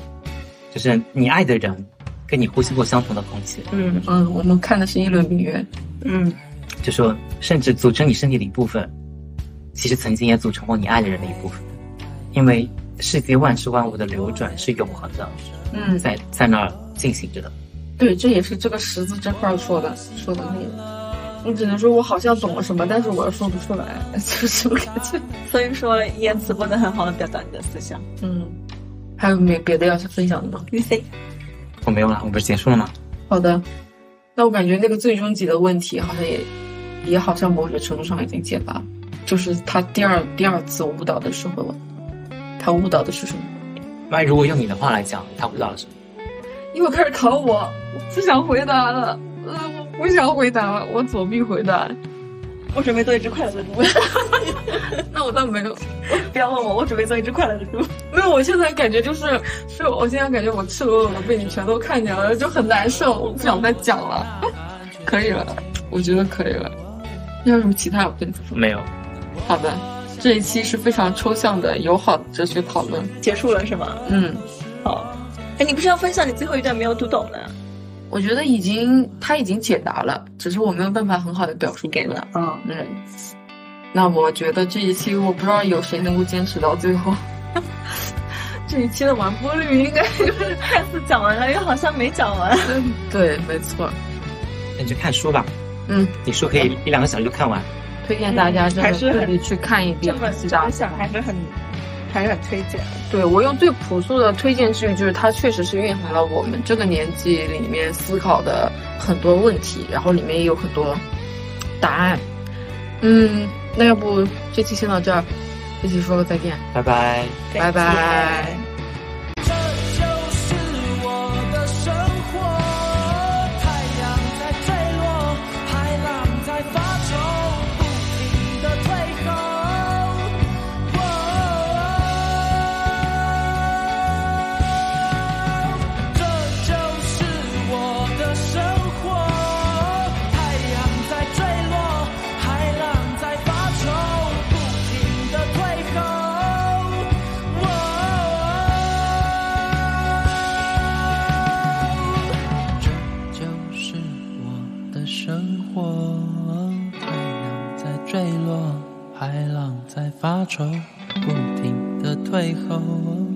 就是你爱的人跟你呼吸过相同的空气，
嗯
嗯，我们看的是一轮明月。
嗯，
就说甚至组成你身体的一部分，其实曾经也组成过你爱的人的一部分，因为世界万事万物的流转是永恒的，
嗯，
在在那儿进行着的。
对，这也是这个十字这块说的说的内容。我只能说，我好像懂了什么，但是我又说不出来， 就是这种感觉。
所以说言辞不能很好的表达你的思想。
嗯，还有没别的要分享的吗？
于飞，
我没有了，我不是结束了吗？
好的，那我感觉那个最终级的问题好像也也好像某种程度上已经解答了，就是他第二第二次误导的时候，他误导的是什么？
那如果用你的话来讲，他不知道了什么？
因为开始考呃我，我不想回答了，嗯、我不想回答了，我躲避回答。
我准备做一只快乐的猪，
那我倒没有，
不要问我，我准备做一只快乐的猪。
没有。我现在感觉就是，是我现在感觉我赤裸裸的被你全都看见了，就很难受，我不想再讲了。 可以了，我觉得可以了。你有什么其他要跟你说？
没有，
好的，这一期是非常抽象的友好的哲学讨论。
结束了是吗？
嗯，
好。哎，你不是要分享你最后一段没有读懂的？
我觉得已经他已经解答了，只是我没有办法很好的表述给他。
哦
嗯，
嗯，那我觉得这一期我不知道有谁能够坚持到最后。 这一期的完播率应该就是
看似讲完了，又好像没讲完。
对，没错。
那你就看书吧。
嗯，
你书可以一两个小时就看完。
推荐大家真
嗯还
的
是很
特地去看一
这
遍
本
西
这
达
本。想还是很还是很推荐。
对我用最朴素的推荐句，就是它确实是蕴含了我们这个年纪里面思考的很多问题，然后里面也有很多答案。嗯，那要不这期先到这儿，这期说个再见。
拜拜。
拜拜。
这就是我的生活，太阳在坠落，海浪在发愁，不停的退后。哦这就是我的生活，太阳在坠落，海浪在发愁，不停的退后。
这就是我的生活。太阳在坠落，海浪在发愁，不停的退后。